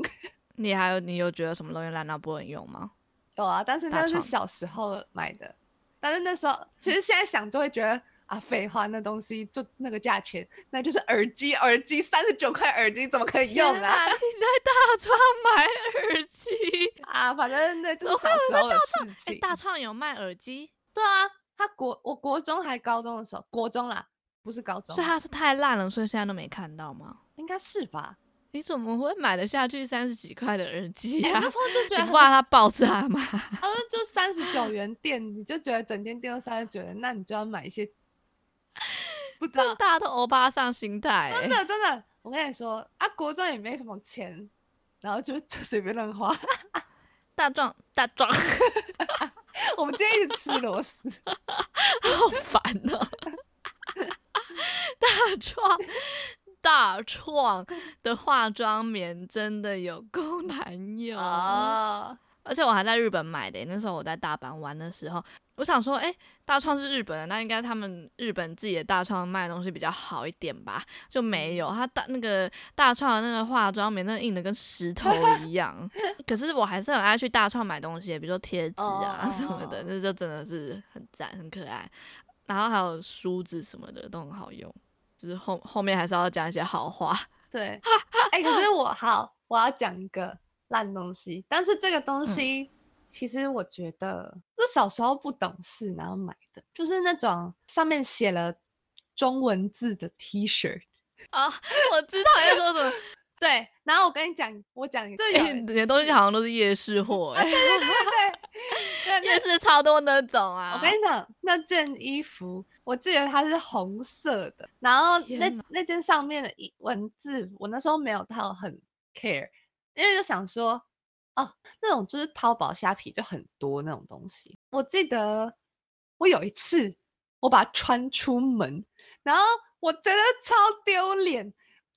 Speaker 2: 你还有你有觉得什么东西烂到不能用吗？
Speaker 1: 有啊，但是
Speaker 2: 大
Speaker 1: 那是
Speaker 2: 创
Speaker 1: 小时候买的，但是那时候其实现在想就会觉得啊，废话，那东西就那个价钱，那就是耳机，耳机三十九块耳机怎么可以用啊
Speaker 2: 天
Speaker 1: 啦？
Speaker 2: 哪你在大创买耳机？
Speaker 1: 啊，反正那就
Speaker 2: 怎么
Speaker 1: 是小时候的事
Speaker 2: 哎、
Speaker 1: 情。
Speaker 2: 大创有卖耳机，
Speaker 1: 对啊，他国我国中还高中的时候，国中啦，不是高中
Speaker 2: 所以，它是太烂了，所以现在都没看到吗？
Speaker 1: 应该是吧？
Speaker 2: 你怎么会买得下去三十几块的耳机
Speaker 1: 我
Speaker 2: 呀、
Speaker 1: 那时候就觉得
Speaker 2: 你
Speaker 1: 很
Speaker 2: 不怕它爆炸吗？
Speaker 1: 他说就三十九元店，你就觉得整间店都三十九元，那你就要买一 些，不知道
Speaker 2: 大家都欧巴上心态、欸，
Speaker 1: 真的真的，我跟你说啊，国中也没什么钱，然后就 就随便乱花。
Speaker 2: 大壮大壮， 好
Speaker 1: 我们今天一直吃螺丝，
Speaker 2: 烦哦、大壮大创的化妆棉真的有够难用
Speaker 1: 哦，
Speaker 2: 而且我还在日本买的欸、那时候我在大阪玩的时候，我想说，哎、大创是日本的，那应该他们日本自己的大创卖的东西比较好一点吧？就没有，它大那个大创的那个化妆棉，那硬的跟石头一 样。可是我还是很爱去大创买东西，比如说贴纸啊
Speaker 1: 哦
Speaker 2: 什么的，那就真的是很赞，很可爱。然后还有梳子什么的都很好用，就是后后面还是要讲一些好话。
Speaker 1: 对，哎、可是我好，我要讲一个烂东西，但是这个
Speaker 2: 嗯
Speaker 1: 东西、其实我觉得就小时候不懂事，然后买的，就是那种上面写了中文字的 T 恤。
Speaker 2: 啊，我知道你在说什么，
Speaker 1: 对，然后我跟你讲，我讲这有、
Speaker 2: 哎 你的东西好像都是夜市 货、哎。
Speaker 1: 那那
Speaker 2: 夜市超多那种啊！
Speaker 1: 我跟你讲，那件衣服我记得它是红色的，然后那
Speaker 2: 天
Speaker 1: 那件上面的一文字，我那时候没有到很 care，因为就想说，哦，那种就是淘宝虾皮就很多那种东西。我记得我有一次我把它穿出门，然后我觉得超丢脸，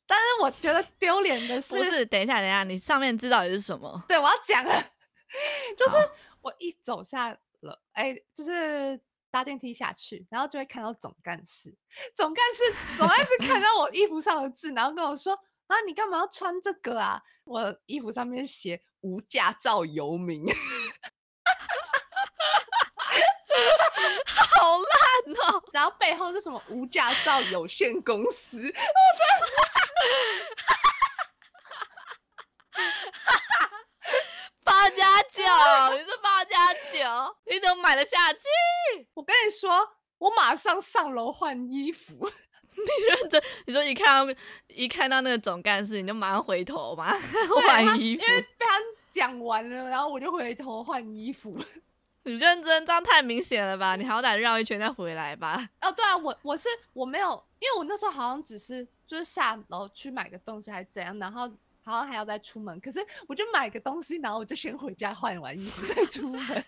Speaker 1: 但是我觉得丢脸的
Speaker 2: 不是，等一下，等一下，你上面字到底是什 么？
Speaker 1: 对，我要讲了，就是
Speaker 2: 好
Speaker 1: 我一走下了，哎、就是搭电梯下去，然后就会看到总干事，总干事总干事 看到我衣服上的字，然后跟我说：“啊，你干嘛要穿这个啊？”我衣服上面写“无驾照游民”，
Speaker 2: 好烂哦！
Speaker 1: 然后背后是什么“无驾照有限公司”，
Speaker 2: 八加九，你是八加九，你怎么买得下去？
Speaker 1: 我跟你说，我马上上楼换衣服。
Speaker 2: 认真，你说一看到一看到那个总干事，你就马上回头嘛，
Speaker 1: 对他
Speaker 2: 换衣服
Speaker 1: 因。为被他讲完了，然后我就回头换衣服。
Speaker 2: 你认真，这样太明显了吧？你好歹绕一圈再回来吧。
Speaker 1: 哦，对啊，我我是我没有，因为我那时候好像只是就是下楼去买个东西还是怎样，然后好像还要再出门，可是我就买个东西，然后我就先回家换完衣服再出门。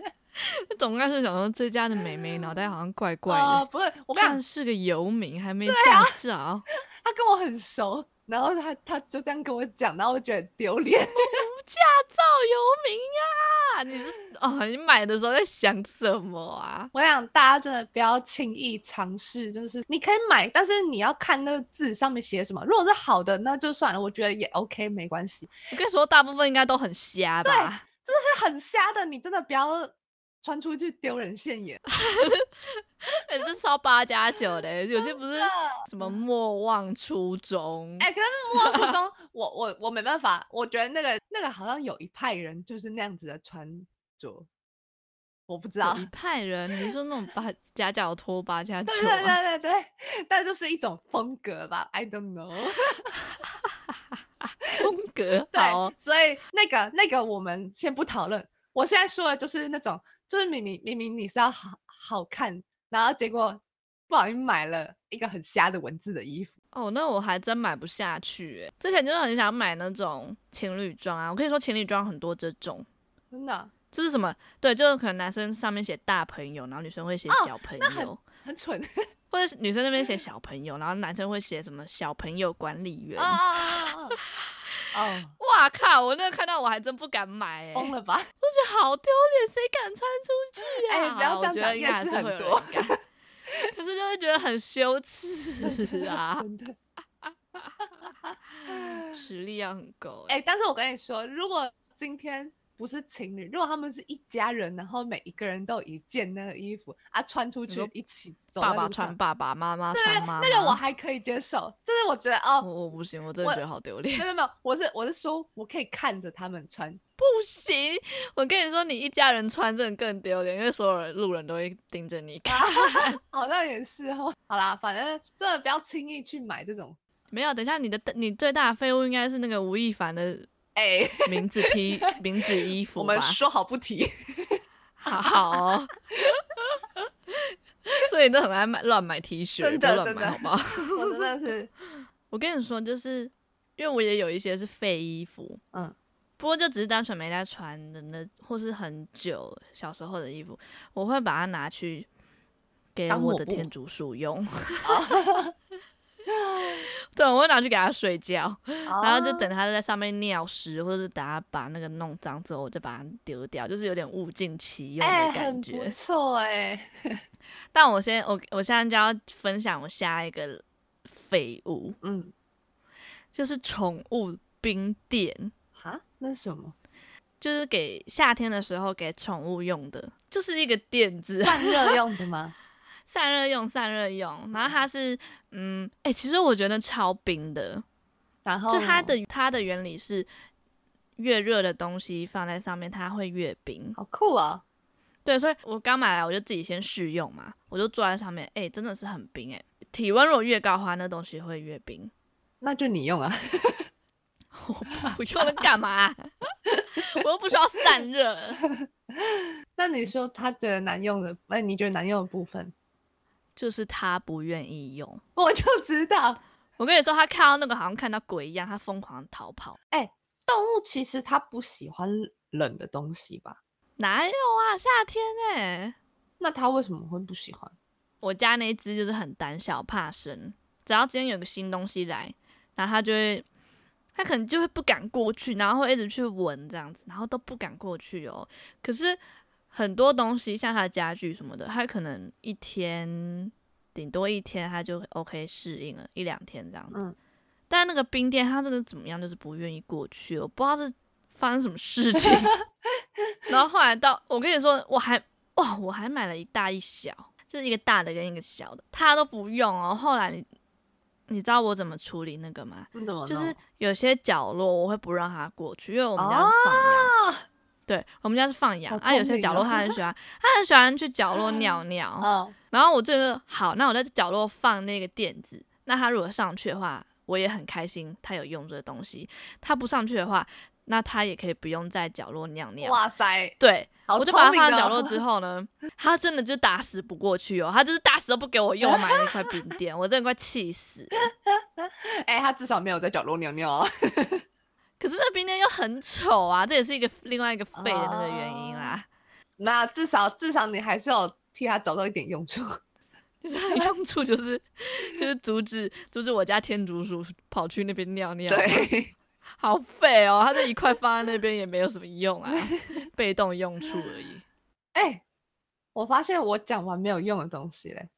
Speaker 2: 那总干事想说，这家的美眉脑袋好像怪怪
Speaker 1: 哦，
Speaker 2: 的，
Speaker 1: 不是，我跟你
Speaker 2: 看啊
Speaker 1: 讲，
Speaker 2: 是个游民，还没驾照，
Speaker 1: 他跟我很熟，然后他他就这样跟我讲，然后我觉得很丢脸。
Speaker 2: 驾照游民呀！你是哦，你买的时候在想什么啊？
Speaker 1: 我想大家真的不要轻易尝试，就是你可以买，但是你要看那个字上面写什么。如果是好的，那就算了，我觉得也 OK，没关系。
Speaker 2: 我跟你说，大部分应该都很瞎 吧？
Speaker 1: 就是很瞎的，你真的不要穿出去丢人现眼。
Speaker 2: 哎、这超八加九的，欸有些不是
Speaker 1: 的
Speaker 2: 什么莫忘初衷。
Speaker 1: 哎、可是摸初中，我我我没办法，我觉得那个那个好像有一派人就是那样子的穿着，我不知道
Speaker 2: 有。一派人，你说那种八夹脚拖八加九
Speaker 1: 对
Speaker 2: 啊
Speaker 1: 对对对对，但就是一种风格吧，I don't know。
Speaker 2: 风格，好哦
Speaker 1: 对，所以那个那个我们先不讨论。我现在说的就是那种，就是明明明明你是要好好看，然后结果不小心买了一个很瞎的文字的衣服。
Speaker 2: 哦，那我还真买不下去哎。之前就是很想买那种情侣装啊，我跟你说情侣装很多这种，
Speaker 1: 真的
Speaker 2: 就是什么对，就是可能男生上面写大朋友，然后女生会写
Speaker 1: 哦
Speaker 2: 小朋
Speaker 1: 那很
Speaker 2: 友，
Speaker 1: 很蠢
Speaker 2: 或者是女生那边写小朋友，然后男生会写什么小朋友管理员。
Speaker 1: 啊啊啊！哦，
Speaker 2: 哇靠！我那个看到我还真不敢买哎，
Speaker 1: 疯了吧？
Speaker 2: 这好丢脸，谁敢穿出去
Speaker 1: 哎
Speaker 2: 啊？
Speaker 1: 不要这
Speaker 2: 我
Speaker 1: 样
Speaker 2: 觉
Speaker 1: 讲
Speaker 2: 得应该
Speaker 1: 夜
Speaker 2: 还
Speaker 1: 市
Speaker 2: 是
Speaker 1: 很
Speaker 2: 会有人
Speaker 1: 多
Speaker 2: 敢 可是就会觉得很羞耻 啊，
Speaker 1: 真的。
Speaker 2: 实力要很够
Speaker 1: 哎、但是我跟你说，如果今天不是情侣，如果他们是一家人，然后每一个人都有一件那个衣服啊，穿出
Speaker 2: 你
Speaker 1: 去
Speaker 2: 说
Speaker 1: 一起走，
Speaker 2: 爸爸穿，爸爸，妈妈
Speaker 1: 对
Speaker 2: 穿妈妈。
Speaker 1: 那个我还可以接受，就是我觉得哦，
Speaker 2: 我我不行，我真的
Speaker 1: 我
Speaker 2: 觉得好丢
Speaker 1: 没
Speaker 2: 脸，
Speaker 1: 有没有没有，我是我是说，我可以看着他们穿，
Speaker 2: 不行！我跟你说，你一家人穿真的更丢脸，因为所有人路人都会盯着你看。
Speaker 1: 啊好像也是哦。好啦，反正真的不要轻易去买这种，
Speaker 2: 没有，等一下你的你最大的废物应该是那个吴亦凡的
Speaker 1: 哎、
Speaker 2: 名字 T 名字衣
Speaker 1: 我
Speaker 2: 服吧
Speaker 1: 们？说好不 提。
Speaker 2: 好、哦， 所以你都很爱买乱买 T 恤，
Speaker 1: 真的
Speaker 2: 不要乱
Speaker 1: 真
Speaker 2: 买
Speaker 1: 的
Speaker 2: 好不好？
Speaker 1: 我真的是，
Speaker 2: 我跟你说，就是因为我也有一些是废衣服，
Speaker 1: 嗯，
Speaker 2: 不过就只是单纯没在穿的那，或是很久小时候的衣服，我会把它拿去给
Speaker 1: 当
Speaker 2: 我
Speaker 1: 抹
Speaker 2: 的
Speaker 1: 布
Speaker 2: 天竺鼠用。 对，我会拿去给它睡觉，然
Speaker 1: 然
Speaker 2: 后就等它在上面尿湿，或者是等它把那个弄脏之后，我就把它丢掉，就是有点物尽其用
Speaker 1: 哎、
Speaker 2: 的
Speaker 1: 很
Speaker 2: 感觉。
Speaker 1: 不错哎、
Speaker 2: 但我先，我我现在就要分享我下一个废物，
Speaker 1: 嗯，
Speaker 2: 就是宠物冰店。
Speaker 1: 哈，那是什 么？
Speaker 2: 就是给夏天的时候给宠物用的，就是一个垫子，
Speaker 1: 散热用的吗？
Speaker 2: 散热用，散热用。然后它是，嗯，哎、其实我觉得超冰的，
Speaker 1: 然后
Speaker 2: 就它的它的原理是，越热的东西放在上面，它会越冰。
Speaker 1: 好酷啊、
Speaker 2: 对，所以我刚买来我就自己先试用嘛，我就坐在上面，哎、真的是很冰哎、体温如果越高的话，那东西会越冰。
Speaker 1: 那就你用啊，
Speaker 2: 我不用了干嘛、 我又不需要散热。
Speaker 1: 那你说他觉得难用的，那、你觉得难用的部分，
Speaker 2: 就是它不愿意用。
Speaker 1: 我就知道，
Speaker 2: 我跟你说，他看到那个好像看到鬼一样，他疯狂逃跑。
Speaker 1: 动物其实它不喜欢冷的东西吧？
Speaker 2: 哪有啊，夏天哎、
Speaker 1: 那它为什么会不喜欢？
Speaker 2: 我家那一只就是很胆小怕生，只要今天有个新东西来，然后它就会，它可能就会不敢过去，然后会一直去闻这样子，然后都不敢过去哦。可是很多东西，像他的家具什么的，他可能一天顶多一天他就 OK 适应了一两天这样子。
Speaker 1: 嗯
Speaker 2: 但那个冰店他真的怎么样，就是不愿意过去，我哦不知道是发生什么事情。 然后后来到我跟你说，我还哇，我还买了一大一小，就是一个大的跟一个小的，他都不用哦。后来你你知道我怎么处理那个吗？
Speaker 1: 你怎么弄
Speaker 2: 就是有些角落我会不让他过去，因为我们家是放羊，对我们家是放羊
Speaker 1: 哦好
Speaker 2: 啊。有
Speaker 1: 聪
Speaker 2: 些
Speaker 1: 明
Speaker 2: 角落
Speaker 1: 哦
Speaker 2: 他很喜欢，他很喜欢去角落 尿尿。
Speaker 1: 嗯
Speaker 2: 然后我这个好，那我在角落放那个垫子，那他如果上去的话，我也很开心，他有用这个东西。他不上去的话，那他也可以不用在角落尿
Speaker 1: 嗯
Speaker 2: 尿。
Speaker 1: 哇塞，
Speaker 2: 对，
Speaker 1: 好
Speaker 2: 我就把它
Speaker 1: 聪明
Speaker 2: 放在
Speaker 1: 哦
Speaker 2: 角落之后呢，他真的就打死不过去哦，他就是打死都不给我用买那块冰垫，我真的快气死了。
Speaker 1: 哎、他至少没有在角落尿尿啊。
Speaker 2: 可是那冰店又很丑啊，这也是一个另外一个废的那个原因啦。
Speaker 1: 那至少至少你还是有替他找到一点用处。
Speaker 2: 就是它的用处就是就是阻止阻止我家天竺鼠跑去那边尿尿，，
Speaker 1: 对，
Speaker 2: 好废哦，它这一块放在那边也没有什么用啊，被动用处而已。
Speaker 1: 哎、我发现我讲完没有用的东西嘞。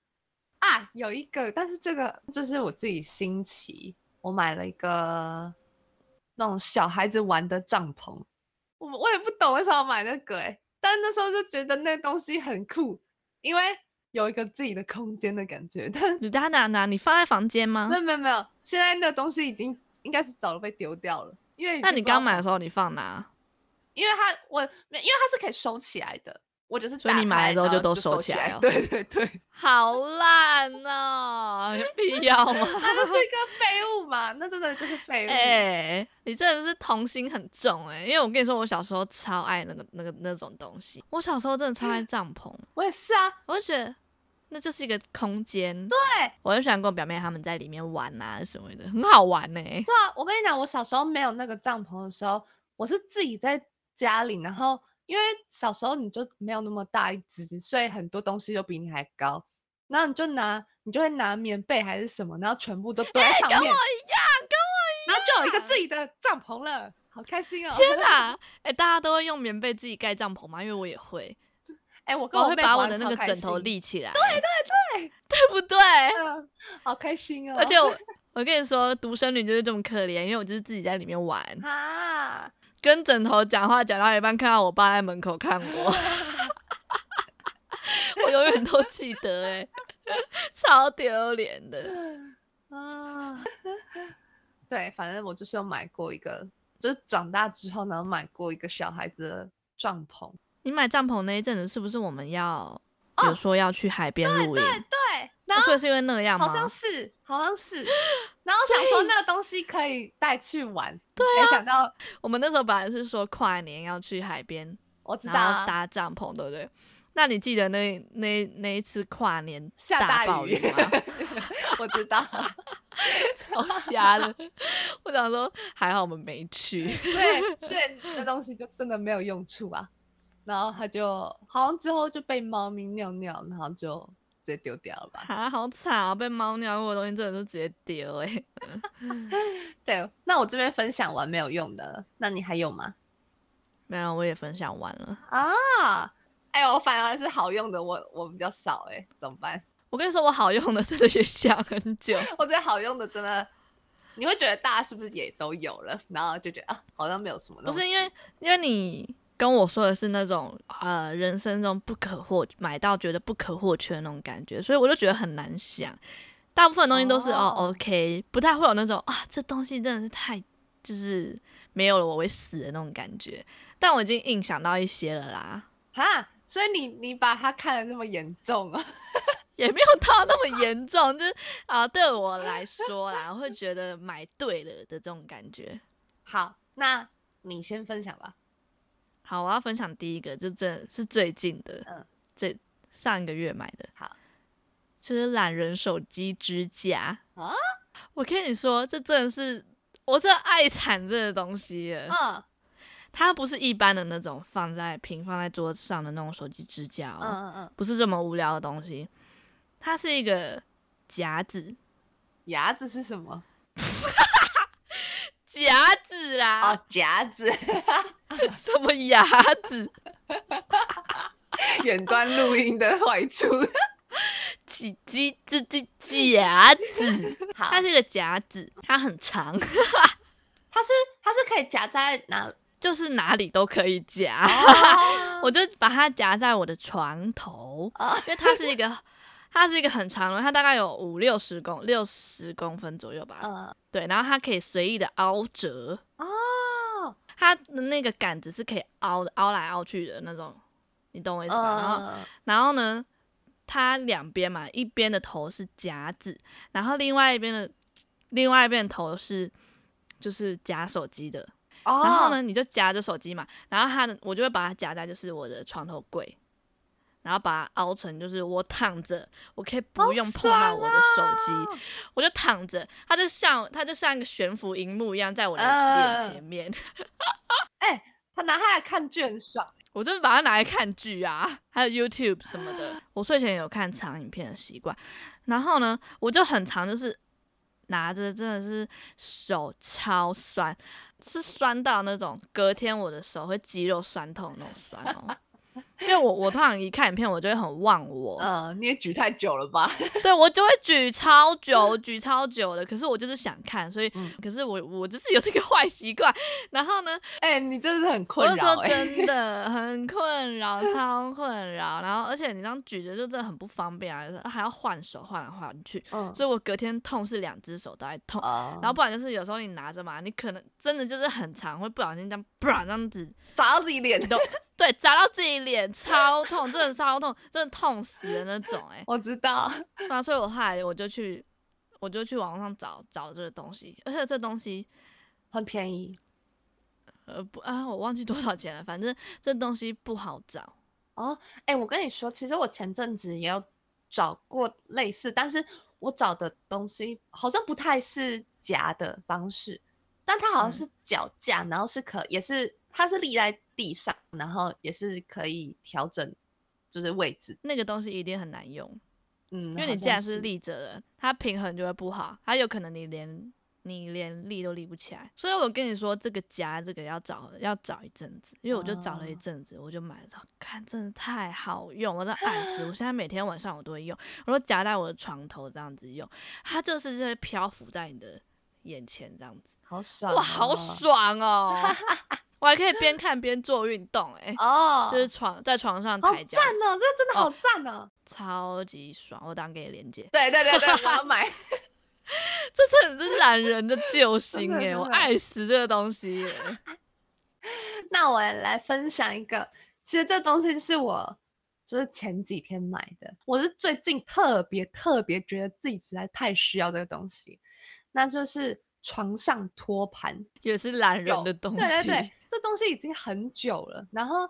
Speaker 1: 啊，有一个，但是这个就是我自己新奇，我买了一个那种小孩子玩的帐篷，我我也不懂为什么要买那个哎、但那时候就觉得那东西很酷，因为有一个自己的空间的感觉。但
Speaker 2: 你拿拿拿，你放在房间吗
Speaker 1: 没？有没有没有，现在那个东西已经应该是早就被丢掉了，因为已
Speaker 2: 那
Speaker 1: 经
Speaker 2: 你
Speaker 1: 不知道
Speaker 2: 刚买的时候你放哪？
Speaker 1: 因为它我没因为它是可以收起来的，我只是
Speaker 2: 所以
Speaker 1: 打
Speaker 2: 你买
Speaker 1: 开
Speaker 2: 了之后
Speaker 1: 然
Speaker 2: 就
Speaker 1: 后
Speaker 2: 都
Speaker 1: 就
Speaker 2: 收
Speaker 1: 收
Speaker 2: 起来
Speaker 1: 来。
Speaker 2: 哦
Speaker 1: 对对对，
Speaker 2: 好烂哦，有 必要吗？
Speaker 1: 它就是一个废物嘛，那真的就是废物。
Speaker 2: 哎、你真的是童心很重哎、因为我跟你说，我小时候超爱那个那个那种东西，我小时候真的超爱帐篷，
Speaker 1: 我也是啊，
Speaker 2: 我就觉得那就是一个空间。对，我很喜欢跟我表妹他们在里面玩啊什么的，很好玩呢、
Speaker 1: 对啊，我跟你讲，我小时候没有那个帐篷的时候，我是自己在家里，然后因为小时候你就没有那么大一只，所以很多东西就比你还高，然后你就拿你就会拿棉被还是什么，然后全部都堆在上
Speaker 2: 跟我一
Speaker 1: 面，
Speaker 2: 样，
Speaker 1: 然后就有一个自己的帐篷了，好开心哦！
Speaker 2: 跟我一样啊！哎、大家都会用棉被自己盖帐篷吗？因为我也会，
Speaker 1: 哎、我跟
Speaker 2: 我
Speaker 1: 我
Speaker 2: 会
Speaker 1: 妹
Speaker 2: 把我
Speaker 1: 玩
Speaker 2: 的那
Speaker 1: 超
Speaker 2: 个
Speaker 1: 开
Speaker 2: 枕头
Speaker 1: 心，
Speaker 2: 立起来。对 对对，对不对？
Speaker 1: 嗯，好开心哦！
Speaker 2: 而且我。我跟你说，独生女就是这么可怜，因为我就是自己在里面玩，
Speaker 1: 啊，
Speaker 2: 跟枕头讲话讲到一半，看到我爸在门口看我， 我永远都记得哎、 超丢脸的。
Speaker 1: 啊， 对，反正我就是有买过一个，就是长大之后呢，买过一个小孩子的帐篷。
Speaker 2: 你买帐篷那一阵子，是不是我们要有说要去海边露营？
Speaker 1: 哦
Speaker 2: 哦
Speaker 1: 对，然
Speaker 2: 所以是因为那样吗
Speaker 1: 好？像是，好像是，然后想说那个东西可以带去玩，对、
Speaker 2: 啊
Speaker 1: 没想到
Speaker 2: 我们那时候本来是说跨年要去海边，
Speaker 1: 我知道
Speaker 2: 然后
Speaker 1: 啊，
Speaker 2: 搭帐篷，对不对？那你记得那那那一次跨年
Speaker 1: 下
Speaker 2: 大
Speaker 1: 大
Speaker 2: 暴
Speaker 1: 雨
Speaker 2: 雨吗？
Speaker 1: 我知道，
Speaker 2: 超瞎的！我想说，还好我们没去。
Speaker 1: 所以所以那东西就真的没有用处啊。然后它就好像之后就被猫咪尿尿，然后就直接丢掉了吧。
Speaker 2: 啊，好惨啊！被猫尿过的东西真的是直接丢哎、欸。
Speaker 1: 对，那我这边分享完没有用的，那你还有吗？
Speaker 2: 没有，我也分享完了。
Speaker 1: 啊， 哎、我反而是好用的，我我比较少哎、怎么办？
Speaker 2: 我跟你说，我好用的真的也想很久。
Speaker 1: 我觉得好用的真的，你会觉得大家是不是也都有了，然后就觉得啊，好像没有什么
Speaker 2: 不
Speaker 1: 东西。
Speaker 2: 是因为，因为你跟我说的是那种呃人生中不可或买到觉得不可或缺的那种感觉，所以我就觉得很难想。大部分东西都是哦
Speaker 1: 哦
Speaker 2: OK，不太会有那种啊这东西真的是太就是没有了我会死的那种感觉。但我已经硬想到一些了啦，
Speaker 1: 哈，所以你你把它看得那么严重啊？
Speaker 2: 也没有到那么严重， 就是啊、对我来说啦，我会觉得买对了的这种感觉。
Speaker 1: 好，那你先分享吧。
Speaker 2: 好，我要分享第一个，就真的是最近的，
Speaker 1: 嗯
Speaker 2: 这上一个月买的，
Speaker 1: 好，
Speaker 2: 就是懒人手机支架
Speaker 1: 啊！
Speaker 2: 我跟你说，这真的是我这爱惨这个东西了，
Speaker 1: 嗯
Speaker 2: 它不是一般的那种放在平放在桌子上的那种手机支架哦，
Speaker 1: 嗯嗯嗯，
Speaker 2: 不是这么无聊的东西，它是一个夹子，
Speaker 1: 夹子是什么？
Speaker 2: 夹子啦，
Speaker 1: 哦，夹子，
Speaker 2: 什么牙子？
Speaker 1: 远端录音的坏处。
Speaker 2: 几鸡这这夹子，
Speaker 1: 好，
Speaker 2: 它是个夹子，它很长，
Speaker 1: 它是它是可以夹在哪？
Speaker 2: 就是哪里都可以夹。
Speaker 1: 哦
Speaker 2: 我就把它夹在我的床头，
Speaker 1: 哦
Speaker 2: 因为它是一个， 它是一个很长的，它大概有五六十公六十公分左右吧。
Speaker 1: 呃
Speaker 2: 对，然后它可以随意的凹折，
Speaker 1: 哦
Speaker 2: 它的那个杆子是可以凹的，凹来凹去的那种，你懂我意思吗？然
Speaker 1: 嗯
Speaker 2: 后，然后呢，它两边嘛，一边的头是夹子，然后另外一边的另外一边的头是就是夹手机的。
Speaker 1: 哦
Speaker 2: 然后呢，？你就夹着手机嘛，然后它的我就会把它夹在就是我的床头柜，然后把它凹成就是我躺着，我可以不用碰到我的手机，
Speaker 1: 好爽啊
Speaker 2: 我就躺着，它就像它就像一个悬浮荧幕一样在我的
Speaker 1: 嗯
Speaker 2: 脸前面，
Speaker 1: 他拿它来看剧很爽。
Speaker 2: 我就把它拿来看剧啊， 还有 YouTube 什么的。啊我睡前有看长影片的习惯，然后呢，我就很常就是拿着，真的是手超酸，是酸到那种隔天我的手会肌肉酸痛那种酸 哦。因为我我通常一看影片，我就会很忘我，
Speaker 1: 嗯，你也举太久了吧？
Speaker 2: 对我就会举超久， 我举超久的。可是我就是想看，所以、
Speaker 1: 嗯
Speaker 2: 可是我我就是有这个坏习惯。然后呢，
Speaker 1: 哎、你真的是很
Speaker 2: 我
Speaker 1: 困
Speaker 2: 是
Speaker 1: 扰
Speaker 2: 说
Speaker 1: 哎、
Speaker 2: 真 的很困扰，超困扰。然后而且你这样举着就真的很不方便啊，就是还要换手换来换去，
Speaker 1: 嗯，
Speaker 2: 所以我隔天痛是两只手都在痛。
Speaker 1: 然
Speaker 2: 然后不然就是有时候你拿着嘛，你可能真的就是很长，会不小心这样啪这样子，
Speaker 1: 砸到自己脸
Speaker 2: 你。懂？对，砸到自己脸，超痛，真的超痛，真的痛死的那种哎、
Speaker 1: 我知道，
Speaker 2: 对啊，所以我后来我就去，我就去网上找找这个东西，而且这东西
Speaker 1: 很便宜
Speaker 2: 呃不啊，我忘记多少钱了，反正这东西不好找。
Speaker 1: 哦。哎、我跟你说，其实我前阵子也有找过类似，但是我找的东西好像不太是夹的方式，但它好像
Speaker 2: 嗯
Speaker 1: 是脚架，然后是可也是它是立在地上，然后也是可以调整就是位置。
Speaker 2: 那个东西一定很难用，
Speaker 1: 嗯，
Speaker 2: 因为你
Speaker 1: 好
Speaker 2: 既
Speaker 1: 像
Speaker 2: 然是立着的，它平衡就会不好，它有可能你连你连立都立不起来。所以我跟你说，这个夹这个要找要找一阵子，因为我就找了一
Speaker 1: 哦
Speaker 2: 阵子，我就买到，看真的太好用，我都爱死。我现在每天晚上我都会用，我都夹在我的床头这样子用，它就是就会漂浮在你的眼前这样子，
Speaker 1: 好爽、
Speaker 2: 哇，好！爽哦！我还可以边看边做运动、欸，
Speaker 1: 哦，
Speaker 2: 就是床在床上
Speaker 1: 好
Speaker 2: 抬脚
Speaker 1: 赞，哦，这真的
Speaker 2: 哦
Speaker 1: 好赞哦！
Speaker 2: 超级爽，我当然给你连接。
Speaker 1: 对对对对，我 要买。
Speaker 2: 这真的是懒人的救 星
Speaker 1: 真的
Speaker 2: 哎、
Speaker 1: 真
Speaker 2: 我
Speaker 1: 的
Speaker 2: 爱死这个东西耶、
Speaker 1: 那我也来分享一个，其实这东西是我就是前几天买的，我是最近特别特别觉得自己实在太需要这个东西，那就是床上托盘。
Speaker 2: 也是懒人
Speaker 1: 有
Speaker 2: 的东西。
Speaker 1: 对对对，这东西已经很久了。然后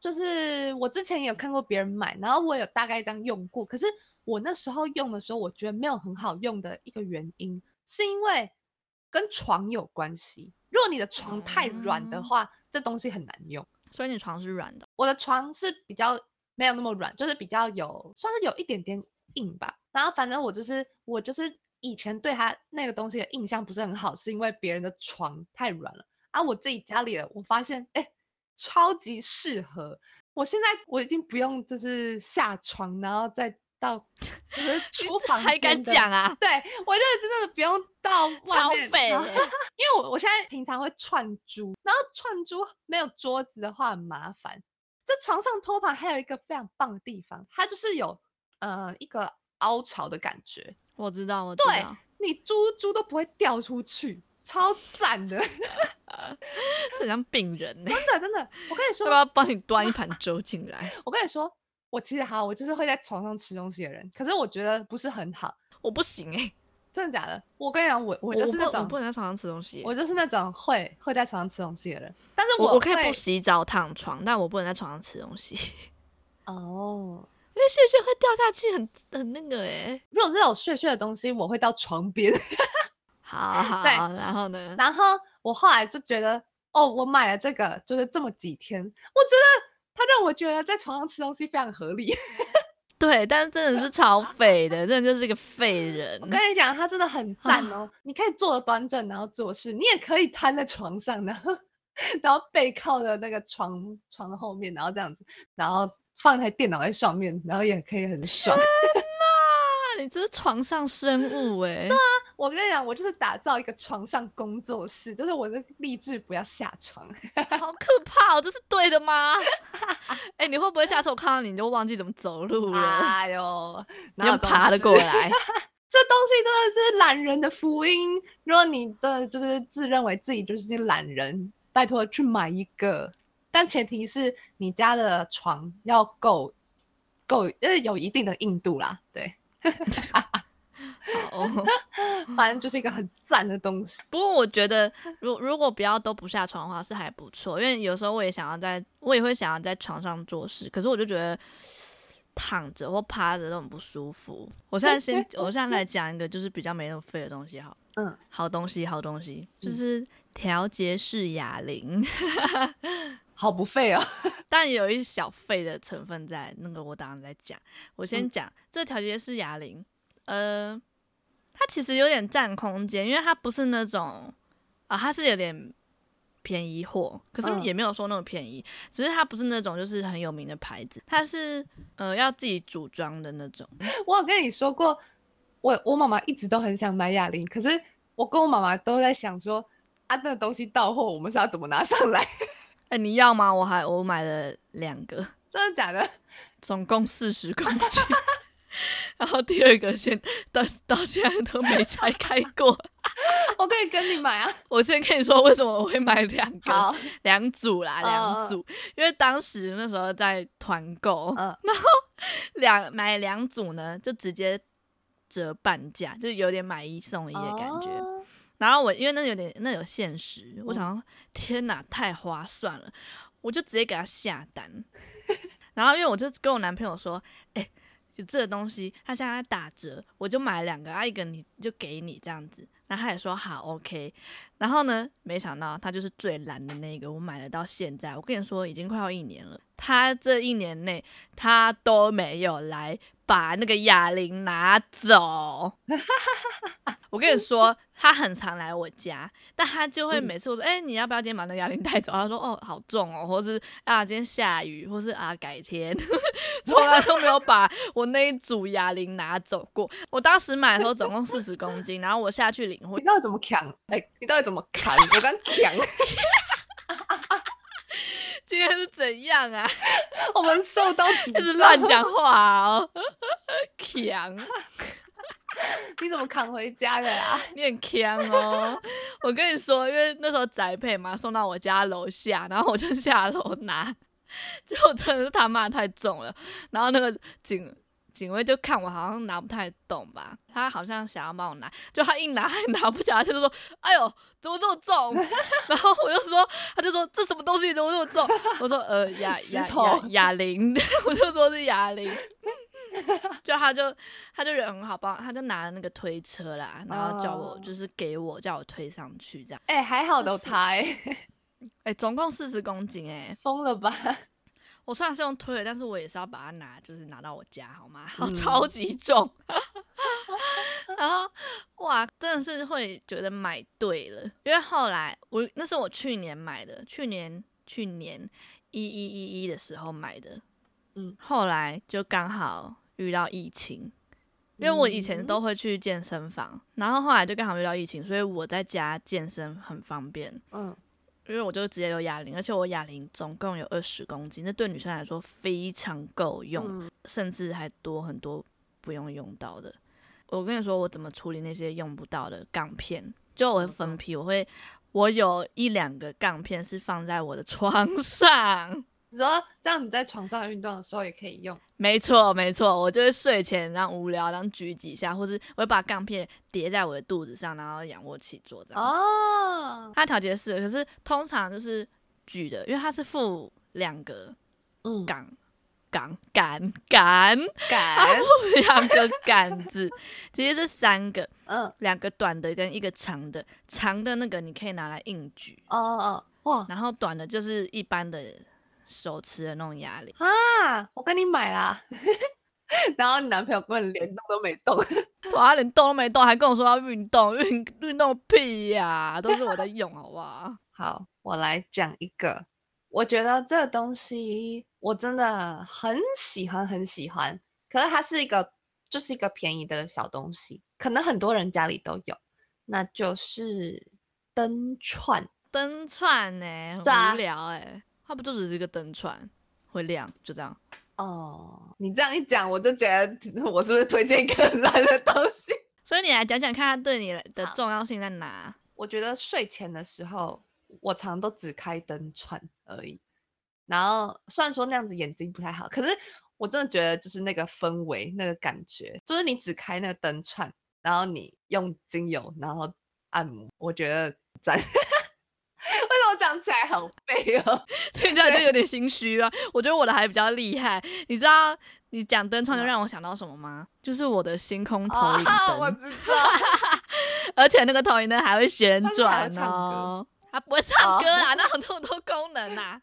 Speaker 1: 就是我之前也有看过别人买，然后我有大概这样用过。可是我那时候用的时候，我觉得没有很好用的一个原因，是因为跟床有关系。如果你的床太软的
Speaker 2: 嗯
Speaker 1: 话，这东西很难用。
Speaker 2: 所以你床是软的，
Speaker 1: 我的床是比较没有那么软，就是比较有算是有一点点硬吧。然后反正我就是我就是以前对它那个东西的印象不是很好，是因为别人的床太软了啊。我自己家里的我发现哎、超级适合。我现在我已经不用就是下床，然后再到 就是厨房
Speaker 2: 还敢
Speaker 1: 间的？
Speaker 2: 讲啊？
Speaker 1: 对我就是真的不用到
Speaker 2: 超
Speaker 1: 外面，
Speaker 2: 废
Speaker 1: 然
Speaker 2: 的
Speaker 1: 后
Speaker 2: 欸，
Speaker 1: 因为我我现在平常会串珠，然后串珠没有桌子的话很麻烦。这床上托盘还有一个非常棒的地方，它就是有呃一个凹槽的感觉，
Speaker 2: 我知道，我知
Speaker 1: 对
Speaker 2: 道，
Speaker 1: 你珠珠都不会掉出去，超赞的，
Speaker 2: 这很像病人呢、欸
Speaker 1: 真的真的。我跟你
Speaker 2: 要
Speaker 1: 说
Speaker 2: 不，要帮你端一盘粥进来？
Speaker 1: 我跟你说，我其实好，我就是会在床上吃东西的人，可是我觉得不是很好，
Speaker 2: 我不行哎、
Speaker 1: 真的假的？我跟你讲，我我
Speaker 2: 我
Speaker 1: 就是那
Speaker 2: 不我
Speaker 1: 种
Speaker 2: 不能在床上吃东西欸、
Speaker 1: 我就是那种会会在床上吃东西的人，但是
Speaker 2: 我我可以
Speaker 1: 会
Speaker 2: 不洗澡躺床，但我不能在床上吃东西，因
Speaker 1: 哦。
Speaker 2: 为屑屑会掉下去很，很那个哎、
Speaker 1: 如果是有碎碎的东西，我会到床边。
Speaker 2: 好好，
Speaker 1: 对
Speaker 2: 然后呢？
Speaker 1: 然后我后来就觉得，哦，我买了这个，就是这么几天，我觉得它让我觉得在床上吃东西非常合理。
Speaker 2: 对，但是真的是超废的，真的就是一个废人。
Speaker 1: 我 跟你讲，它真的很赞哦，你可以坐得端正，然后做事，你也可以瘫在床 上，然后然后背靠着那个床床的后面，然后这样子，然后放台电脑在上面，然后也可以很爽。
Speaker 2: 啊，你这是床上生 物哎、
Speaker 1: 我跟你讲，我就是打造一个床上工作室，就是我的励志不要下床。
Speaker 2: 好可怕、哦！这是对的吗？ 哎、你会不会下次我看到你你就忘记怎么走路了，
Speaker 1: 哎呦，
Speaker 2: 你
Speaker 1: 哪有
Speaker 2: 用
Speaker 1: 这种
Speaker 2: 爬的
Speaker 1: 事
Speaker 2: 过 来？
Speaker 1: 这东西真的是懒人的福音。如果你真的就是自认为自己就是些懒人，拜托去买一个，但前提是你家的床要够够，呃，有一定的硬度啦。对，
Speaker 2: 好哦。
Speaker 1: 反正就是一个很赞的东西。
Speaker 2: 不过我觉得，如如果不要都不下床的话是还不错，因为有时候我也想要在，我也会想要在床上做事，可是我就觉得躺着或趴着都很不舒服。我现在先，我现在来讲一个就是比较没那么废的东西好，
Speaker 1: 嗯，
Speaker 2: 好东西，好东西，就是调节式哑铃，
Speaker 1: 好不费哦。
Speaker 2: 但有一小废的成分在，那个我当然在讲。我先讲、这调节式哑铃，呃，它其实有点占空间，因为它不是那种啊，它是有点便宜货，可是
Speaker 1: 嗯
Speaker 2: 也没有说那么便宜，只是它不是那种就是很有名的牌子，它是呃要自己组装的那种。
Speaker 1: 我有跟你说过，我我妈妈一直都很想买哑铃，可是我跟我妈妈都在想说，啊，那个东西到货，我们是要怎么拿上来？
Speaker 2: 哎、你要吗？我还我买了两个，
Speaker 1: 真的假的？
Speaker 2: 总共四十公斤。 然后第二个现到到现在都没拆开过。
Speaker 1: 我可以跟你买啊。
Speaker 2: 我先跟你说为什么我会买两个，
Speaker 1: 好，
Speaker 2: 两组啦，
Speaker 1: 嗯
Speaker 2: 两组，因为当时那时候在团购，
Speaker 1: 嗯
Speaker 2: 然后两买两组呢，就直接折半价，就是有点买一送一的感觉。
Speaker 1: 哦
Speaker 2: 然后我因为那有点那有限时，我想说天哪，太划算了，我就直接给他下单。 然后因为我就跟我男朋友说，哎、有这个东西，他现在在打折，我就买两个，啊一个你就给你这样子。然后他也说好，OK。然后呢，没想到他就是最懒的那个，我买了到现在，我跟你说已经快要一年了，他这一年内他都没有来把那个哑铃拿走。我跟你说，他很常来我家，但他就会
Speaker 1: 嗯
Speaker 2: 每次我说：“哎、你要不要今天把那个哑铃带走？”他说：“哦，好重哦，或是啊，今天下雨，或是啊，改天。”从来都没有把我那一组哑铃拿走过。我当时买的时候总共四十公斤，然后我下去领货
Speaker 1: 你，到底怎么扛？哎、你到底怎么扛？我刚扛，
Speaker 2: 今天是怎样啊？
Speaker 1: 我们受 到诅
Speaker 2: 一直
Speaker 1: 咒
Speaker 2: 乱，讲话哦， 强，
Speaker 1: 你怎么扛回家的啊？
Speaker 2: 你很强哦。我跟你说，因为那时候宅配嘛，送到我家楼下，然后我就下楼拿，结果真的是他骂太重了，然后那个警。警卫就看我好像拿不太动吧，他好像想要帮我拿，就他一拿还拿不起来，他就说：“哎呦，怎么这么重？” 然后我就说，他就说：“这什么东西怎么这么重？”我说：“呃，哑
Speaker 1: 石
Speaker 2: 哑
Speaker 1: 头
Speaker 2: 哑哑铃。” 我就说是哑铃，就他就他就人很好帮，他就拿了那个推车啦，然后叫我、
Speaker 1: 哦
Speaker 2: 就是给我叫我推上去这样。
Speaker 1: 哎、还好有
Speaker 2: 就是
Speaker 1: 他、 哎，
Speaker 2: 哎、总共四十公斤哎、
Speaker 1: 疯了吧？
Speaker 2: 我虽然是用推的，但是我也是要把它拿，就是拿到我家，好吗？好，
Speaker 1: 嗯
Speaker 2: 超级重。 然后哇，真的是会觉得买对了，因为后来我那是我去年买的，去年去年一一一一的时候买的，
Speaker 1: 嗯，
Speaker 2: 后来就刚好遇到疫情，因为我以前
Speaker 1: 嗯
Speaker 2: 都会去健身房，然后后来就刚好遇到疫情，所以我在家健身很方便，
Speaker 1: 嗯，
Speaker 2: 因为我就直接有哑铃，而且我哑铃总共有二十公斤，这对女生来说非常够用，
Speaker 1: 嗯
Speaker 2: 甚至还多很多不用用到的。我跟你说，我怎么处理那些用不到的杠片？就我会分批，我会我有一两个杠片是放在我的床 上。
Speaker 1: 你说这样你在床上运动的时候也可以用，
Speaker 2: 没错，没错，我就会睡前然后无聊，然后举几下，或是我会把杠片叠在我的肚子上，然后仰卧起坐这样。
Speaker 1: 哦，
Speaker 2: 它调节式的，可是通常就是举的，因为它是负两个
Speaker 1: 嗯，
Speaker 2: 杆杆杆杆
Speaker 1: 敢，
Speaker 2: 两个杆子，其实是三个，
Speaker 1: 嗯，哦
Speaker 2: 两个短的跟一个长的，长的那个你可以拿来硬举，
Speaker 1: 哦哦，哇
Speaker 2: 然后短的就是一般的手持的那种哑铃。
Speaker 1: 啊，我跟你买啦。 然后你男朋友根本连动都没动，
Speaker 2: 哇，他连动都没动，还跟我说要运动，运运动屁呀、都是我在用，好不好？
Speaker 1: 好，我来讲一个，我觉得这个东西我真的很喜欢，很喜欢。可是它是一个，就是一个便宜的小东西，可能很多人家里都有，那就是灯串。
Speaker 2: 灯串呢、
Speaker 1: 对啊
Speaker 2: 很无聊哎、它不就只是一个灯串，会亮，就这样。
Speaker 1: 哦，你这样一讲，我就觉得 我是不是推荐 客人的东西？
Speaker 2: 所以你来讲讲看，它对你的
Speaker 1: 好
Speaker 2: 重要性在哪？
Speaker 1: 我觉得睡前的时候，我常都只开灯串而已。然后虽然说那样子眼睛不太好，可是我真的觉得就是那个氛围、那个感觉，就是你只开那个灯串，然后你用精油，然后按摩，我觉得赞。为 什么讲起来好背哦？
Speaker 2: 现在就有点心虚了。我觉得我的还比较厉害，你知道你讲灯串就让我想到什么吗？就是我的星空投影
Speaker 1: 哦，
Speaker 2: 灯，
Speaker 1: 我知 道，
Speaker 2: 而且那个投影灯还会旋转
Speaker 1: 它是不是还会唱
Speaker 2: 哦。它不会唱
Speaker 1: 哦
Speaker 2: 歌 啦，那有这么多功能啦，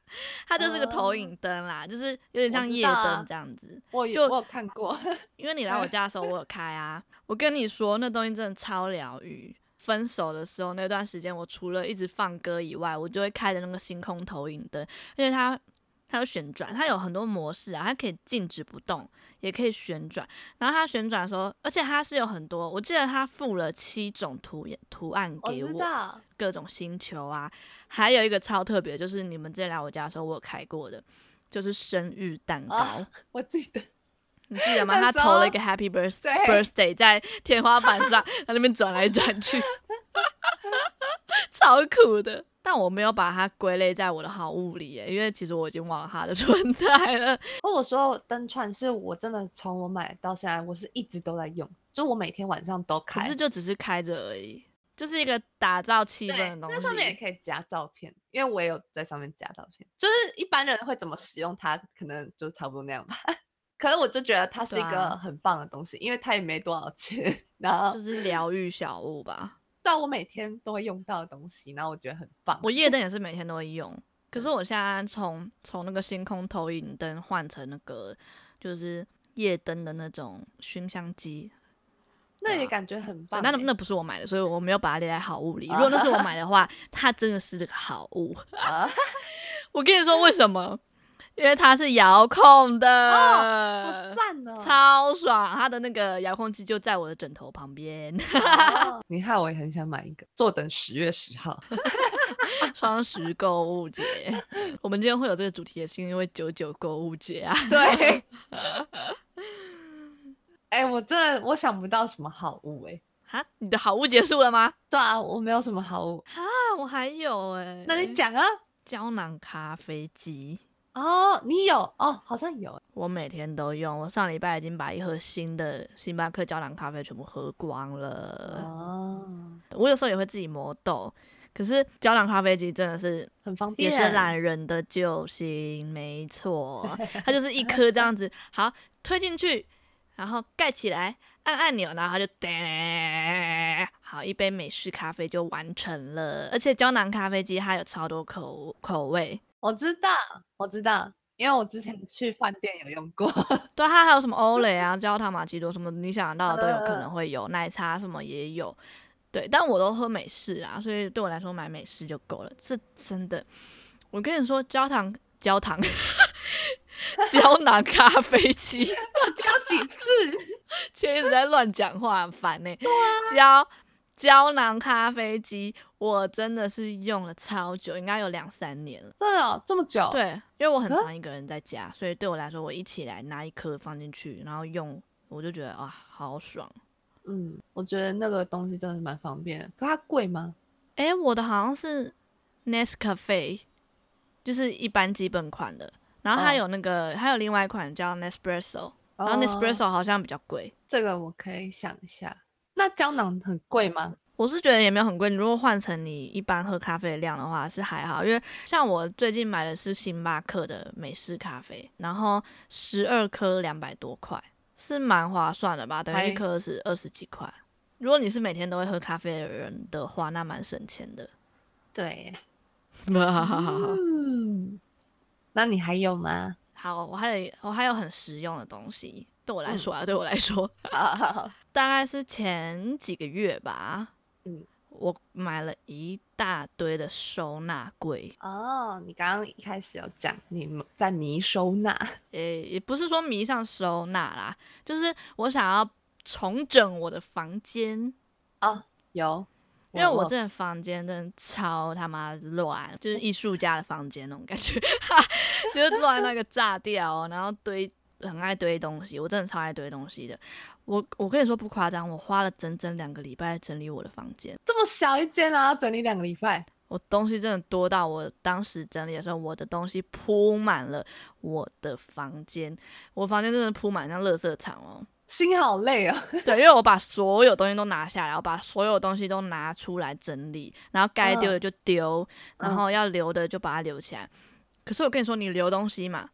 Speaker 2: 它就是个投影灯啦，就是有点像夜
Speaker 1: 嗯我知道啊
Speaker 2: 灯这样子。
Speaker 1: 我有
Speaker 2: 就
Speaker 1: 我有看过，
Speaker 2: 因为你
Speaker 1: 嗯
Speaker 2: 来我家的时候，我有开啊。我跟你说，那东西真的超疗愈。分手的时候那段时间，我除了一直放歌以外，我就会开着那个星空投影灯，而且它它有旋转，它有很多模式啊，它可以静止不动，也可以旋转。然后它旋转的时候，而且它是有很多，我记得它附了七种图图案
Speaker 1: 我
Speaker 2: 给
Speaker 1: 哦知
Speaker 2: 我，
Speaker 1: 道。
Speaker 2: 各种星球啊，还有一个超特别，就是你们之前来我家的时候，我有开过的，就是生日蛋糕。
Speaker 1: 啊我记得，
Speaker 2: 你记得吗？
Speaker 1: 那
Speaker 2: 他
Speaker 1: 时
Speaker 2: 投了一
Speaker 1: 候
Speaker 2: 个 Happy Birth
Speaker 1: 对
Speaker 2: Birthday 在天花板 上，在那边转来转去，超酷的。但我没有把它归类在我的好物里耶，因为其实我已经忘了它的存在了。
Speaker 1: 或者说灯串是我真的从我买到现在，我是一直都在用，就我每天晚上都
Speaker 2: 可
Speaker 1: 开。
Speaker 2: 是就只是开着而已，就是一个打造气
Speaker 1: 对，
Speaker 2: 氛的东
Speaker 1: 那上面也
Speaker 2: 西。
Speaker 1: 可以加照片，因为我也有在上面加照片。就是一般人会怎么使用它，可能就差不多那样吧。 可是我就觉得它是
Speaker 2: 对
Speaker 1: 一
Speaker 2: 啊
Speaker 1: 个很棒的东西，因为它也没多少钱，然后
Speaker 2: 就是疗愈小物吧，
Speaker 1: 到我每天都会用到的东西，然后我觉得很棒。
Speaker 2: 我夜灯也是每天都会 用，可是我现在从从那个星空投影灯换成那个就是夜灯的那种熏香机，
Speaker 1: 那也
Speaker 2: 啊
Speaker 1: 感觉很
Speaker 2: 对
Speaker 1: 棒欸、
Speaker 2: 那那不是我买的，所以我没有把它列在好 物里。如
Speaker 1: 啊
Speaker 2: 果那是我买的话，它真的是个好物。
Speaker 1: 啊，
Speaker 2: 我跟你说为什么？因为它是遥控的，
Speaker 1: 好赞哦！
Speaker 2: 超爽。它的那个遥控器就在我的枕头旁边。
Speaker 1: 哦你看，我也很想买一个，坐等十月十 号。
Speaker 2: 双十购物节， 我们今天会有这个主题，也是因为九九购物节啊。
Speaker 1: 对，哎、我真的我想不到什么好物哎、
Speaker 2: 哈，你的好物结束了吗？
Speaker 1: 对啊，我没有什么好物。
Speaker 2: 哈，我还有哎、
Speaker 1: 那你讲啊？
Speaker 2: 胶囊咖啡机。
Speaker 1: 哦，你有哦，好像有欸。
Speaker 2: 我每天都用，我上礼拜已经把一盒新的星巴克胶囊咖啡全部喝光了。
Speaker 1: 哦，
Speaker 2: 我有时候也会自己磨豆，可是胶囊咖啡机真的是
Speaker 1: 很方
Speaker 2: 也
Speaker 1: 便。
Speaker 2: 是懒人的救星，没错，它就是一颗这样子，好推进去，然后盖起来，按按钮，然后它就噔，好一杯美式咖啡就完成了。而且胶囊咖啡机它有超多口口味，
Speaker 1: 我知道，我知道，因为我之
Speaker 2: 嗯
Speaker 1: 前去饭店有用过。
Speaker 2: 对啊，它还有什么欧蕾啊、焦糖玛奇朵什么，你想得到的都有可能会有，奶茶什么也有。对，但我都喝美式啊，所以对我来说买美式就够了。这真的，我跟你说，焦糖焦糖 胶囊咖啡机，
Speaker 1: 我教几次？
Speaker 2: 今天一直在乱讲话，很烦呢、胶胶囊咖啡机，我真的是用了超久，应该有两三年了。
Speaker 1: 真的、哦、这么久？，
Speaker 2: 对，因为我很
Speaker 1: 可
Speaker 2: 常一个人在家，所以对我来说，我一起来拿一颗放进去，然后用，我就觉得啊，好爽。
Speaker 1: 嗯，我觉得那个东西真的是蛮方便的。可它贵吗？
Speaker 2: 诶，我的好像是 Nescafe，就是一般基本款的，然后它
Speaker 1: 哦
Speaker 2: 有那个，还有另外一款叫 Nespresso，然后
Speaker 1: 哦
Speaker 2: Nespresso 好像比较贵。
Speaker 1: 这个我可以想一下。那胶囊很贵吗？
Speaker 2: 我是觉得也没有很贵，你如果换成你一般喝咖啡的量的话是还好，因为像我最近买的是星巴克的美式咖啡，然后十二颗两百多块，是蛮划算的吧？等
Speaker 1: 还
Speaker 2: 于一颗是二十几块。如果你是每天都会喝咖啡的人的话，那蛮省钱的。
Speaker 1: 对耶，嗯，那你还有吗？
Speaker 2: 好，我还有我还有很实用的东西，对我来说啊，对我来说，
Speaker 1: 好好好，
Speaker 2: 大概是前几个月吧，
Speaker 1: 嗯，
Speaker 2: 我买了一大堆的收纳柜，
Speaker 1: 哦，你刚刚一开始有讲你们在迷收纳，
Speaker 2: 呃也也不是说迷上收纳啦，就是我想要重整我的房间，
Speaker 1: 有，
Speaker 2: 因为
Speaker 1: 哦
Speaker 2: 我这房间真的超他妈乱，就是艺术家的房间那种感觉， 就是乱那个炸掉哦，然后堆很爱堆东西，我真的超爱堆东西的。我我跟你说不夸张，我花了整整两个礼拜整理我的房间。
Speaker 1: 这么小一间然后整理两个礼拜，
Speaker 2: 我东西真的多到我当时整理的时候，我的东西铺满了我的房间，我房间真的铺满像垃圾场哦。
Speaker 1: 心好累 啊、
Speaker 2: 对，因为我把所有东西都拿下来，我把所有东西都拿出来整理，然后该丢的就丢，
Speaker 1: 嗯
Speaker 2: 然后要留的就把它留起来。可是我跟你说，你留东西嘛，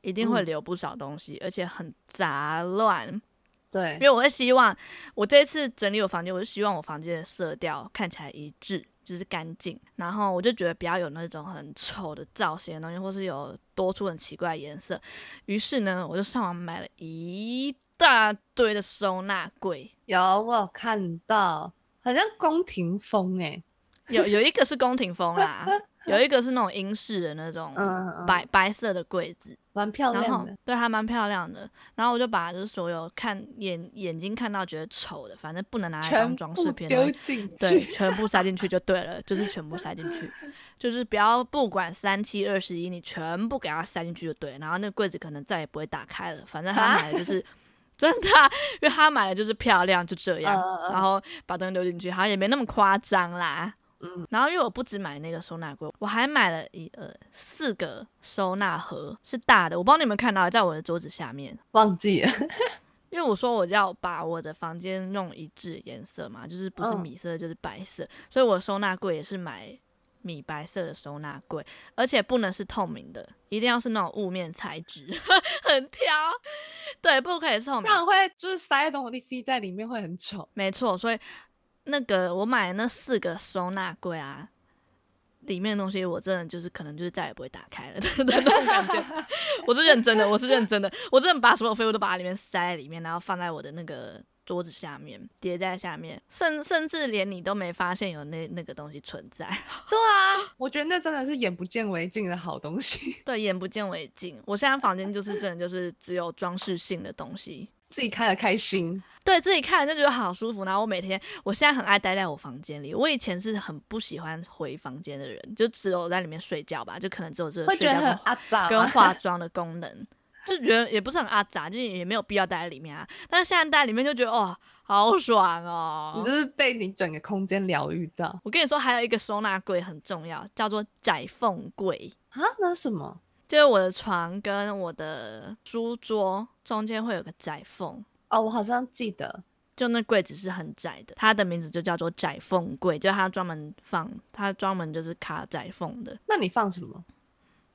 Speaker 2: 一定会
Speaker 1: 嗯
Speaker 2: 留不少东西，而且很杂乱。因
Speaker 1: 对，
Speaker 2: 为我会希望，我这一次整理我房间，我就希望我房间的色调看起来一致，就是干净。然后我就觉得不要有那种很丑的造型的东西，或是有多出很奇怪的颜色。于是呢，我就上网买了一大堆的收纳柜，
Speaker 1: 有我有看到，好像宫廷风哎、
Speaker 2: 有有一个是宫廷风啦，有一个是那种英式的那种
Speaker 1: 嗯嗯，
Speaker 2: 白白色的柜子，
Speaker 1: 蛮漂
Speaker 2: 然
Speaker 1: 亮
Speaker 2: 后
Speaker 1: 的，
Speaker 2: 对，还蛮漂亮的。然后我就把就是所有看眼眼睛看到觉得丑的，反正不能拿来
Speaker 1: 全
Speaker 2: 当装饰
Speaker 1: 部
Speaker 2: 品的东
Speaker 1: 丢
Speaker 2: 西，
Speaker 1: 进
Speaker 2: 对，
Speaker 1: 去，
Speaker 2: 全部塞进去就对了，就是全部塞进去，就是不要不管三七二十一，你全部给它塞进去就对。然后那个柜子可能再也不会打开了，反正他
Speaker 1: 啊
Speaker 2: 买的就是 真的啊、因为他买的就是漂亮，就这
Speaker 1: 嗯
Speaker 2: 样，
Speaker 1: 嗯嗯
Speaker 2: 然后把东西丢进去，好像也没那么夸张啦。
Speaker 1: 嗯，
Speaker 2: 然后因为我不止买那个收纳柜，我还买了一呃四个收纳盒，是大的，我不知道你们看到，在我的桌子下面。
Speaker 1: 忘记 了，
Speaker 2: 因为我说我要把我的房间弄一致颜色嘛，就是不是
Speaker 1: 嗯
Speaker 2: 米色就是白色，所以我收纳柜也是买米白色的收纳柜，而且不能是透明的，一定要是那种雾面材质， 很挑。对，不可以是透
Speaker 1: 不
Speaker 2: 明。
Speaker 1: 然会就是塞东西在里面会很 丑。
Speaker 2: 没错，所以那个我买的那四个收纳柜啊，里面的东西我真的就是可能就是再也不会打开了 的那种感觉。我是认真的，我是认真的，我真的把所有废物都把它里面塞在里面，然后放在我的那个桌子下面，叠在下面，甚甚至连你都没发现有那那个东西存在。
Speaker 1: 对啊，我觉得那真的是眼不见为净的好东西，
Speaker 2: 对，眼不见为净。我现在房间就是真的就是只有装饰性的东西，
Speaker 1: 自己看了开心。
Speaker 2: 对自己看就觉得好舒服。然后我每天，我现在很爱待在我房间里。我以前是很不喜欢回房间的人，就只有在里面睡觉吧，就可能只有这个
Speaker 1: 会
Speaker 2: 睡
Speaker 1: 觉得
Speaker 2: 觉
Speaker 1: 很
Speaker 2: 跟
Speaker 1: 阿杂
Speaker 2: 跟
Speaker 1: 吗？
Speaker 2: 化妆的功能，就觉得也不是很阿杂，就是也没有必要待在里面啊。但是现在待在里面就觉得哦，好爽
Speaker 1: 你
Speaker 2: 哦
Speaker 1: 就。是被你整个空间疗愈到
Speaker 2: 我跟你说，还有一个收纳柜很重要，叫做窄缝柜。
Speaker 1: 啊？那是什么？
Speaker 2: 就是我的床跟我的书桌中间会有个窄缝，
Speaker 1: 哦，我好像记得，
Speaker 2: 就那柜子是很窄的，它的名字就叫做窄缝柜，就它专门放，它专门就是卡窄缝的，
Speaker 1: 那你放什么？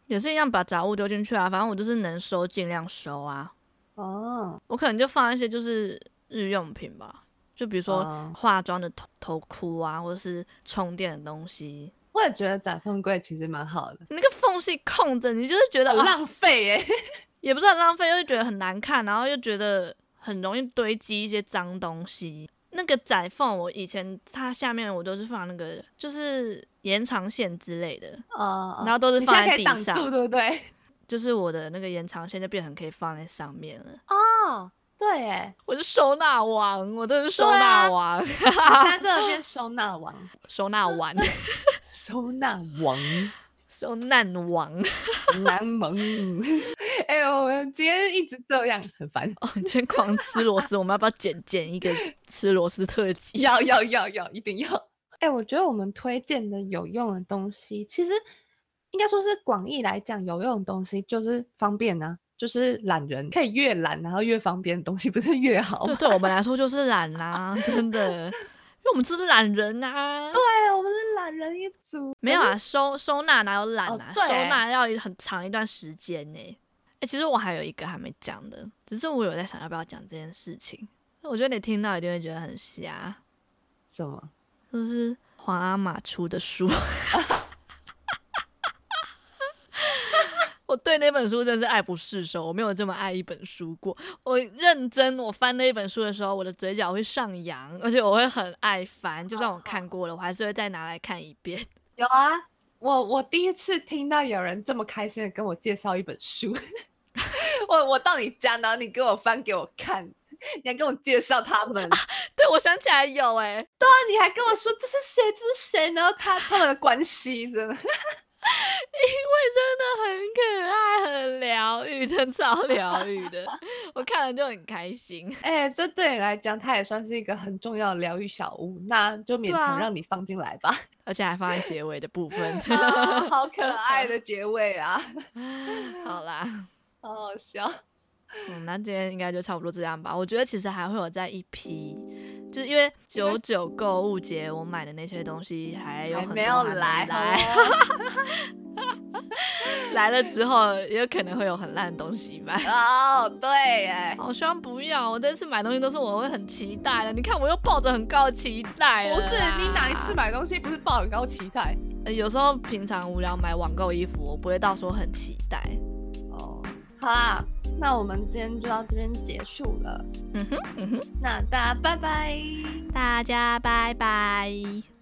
Speaker 2: 也是一样把杂物丢进去啊，反正我就是能收尽量收啊，
Speaker 1: 哦，
Speaker 2: 我可能就放一些就是日用品吧，就比如说
Speaker 1: 哦
Speaker 2: 化妆的头头箍啊，或者是充电的东西，
Speaker 1: 我也觉得展缝柜其实蛮好的，
Speaker 2: 那个缝隙空着，你就是觉得
Speaker 1: 很
Speaker 2: 啊
Speaker 1: 哦浪费耶、
Speaker 2: 也不是很浪费，又觉得很难看，然后又觉得很容易堆积一些脏东西。那个窄缝，我以前它下面我都是放那个，就是延长线之类的，
Speaker 1: 哦，
Speaker 2: 然后都是
Speaker 1: 你现
Speaker 2: 放
Speaker 1: 在
Speaker 2: 在
Speaker 1: 可以
Speaker 2: 地
Speaker 1: 挡住，
Speaker 2: 上，
Speaker 1: 对不 对？
Speaker 2: 就是我的那个延长线就变成可以放在上面了。
Speaker 1: 哦，对耶，
Speaker 2: 我是收纳王，我真的是收
Speaker 1: 啊
Speaker 2: 纳王，
Speaker 1: 你现在真的变收纳王，
Speaker 2: 收纳王，
Speaker 1: 收纳 王，
Speaker 2: 收纳王。
Speaker 1: 南萌。哎呦，我今天一直这样，很烦。
Speaker 2: 哦，你今天狂吃螺丝，我们要不要剪剪一个吃螺丝特 辑？
Speaker 1: 要要要要，一定要！哎、我觉得我们推荐的有用的东西，其实应该说是广义来讲，有用的东西就是方便啊，就是懒人可以越懒，然后越方便的东西，不是越好
Speaker 2: 对，
Speaker 1: 吗？
Speaker 2: 对我们来说就是懒啦、真的，因为我们是懒人啊。
Speaker 1: 对，哎我们是懒人一族。
Speaker 2: 没有啊，收收纳哪有懒
Speaker 1: 哦
Speaker 2: 啊？
Speaker 1: 对
Speaker 2: 收纳要一很长一段时间呢、欸。其实我还有一个还没讲的，只是我有在想要不要讲这件事情。我觉得你听到一定会觉得很瞎，
Speaker 1: 什么？
Speaker 2: 就是皇阿 玛出的书。我对对那本书真是爱不释手，我没有这么爱一本书过。我认真，我翻那一本书的时候，我的嘴角会上扬，而且我会很爱翻。就算我
Speaker 1: 哦
Speaker 2: 看过了，我还是会再拿来看一遍。
Speaker 1: 有啊，我我第一次听到有人这么开心的跟我介绍一本书， 我我到你家，然后你给我翻给我看，你还跟我介绍他们，
Speaker 2: 对，我想起来有哎、
Speaker 1: 对啊，啊你还跟我说这是谁，这是谁，然后他他们的关系真的，
Speaker 2: 因为真的很可爱，很疗愈，真超疗愈 的，我看了就很开心。
Speaker 1: 哎、这对你来讲，它也算是一个很重要的疗愈小屋，那就勉
Speaker 2: 对啊
Speaker 1: 强让你放进来吧。
Speaker 2: 而且还放在结尾的部 分。
Speaker 1: 啊好 可爱的结尾啊，
Speaker 2: 好啦，
Speaker 1: 好好 笑。
Speaker 2: 嗯，那今天应该就差不多这样吧。我觉得其实还会有在一批，就是因为九九购物节我买的那些东西还有
Speaker 1: 还
Speaker 2: 很多
Speaker 1: 没有
Speaker 2: 还没
Speaker 1: 来，
Speaker 2: 来
Speaker 1: 哦
Speaker 2: 来了之后也有可能会有很烂的东西吧。
Speaker 1: 哦，对，哎，
Speaker 2: 好希望不要！我这次买东西都是我会很期待的，你看我又抱着很高的期待了
Speaker 1: 不是你哪一次
Speaker 2: 啦
Speaker 1: 买东西不是抱很高期待？
Speaker 2: 呃有时候平常无聊买网购衣服，我不会到说很期待。
Speaker 1: 哦，好啦，那我们今天就到这边结束了，
Speaker 2: 嗯哼，嗯哼，
Speaker 1: 那大家拜拜。
Speaker 2: 大家拜拜。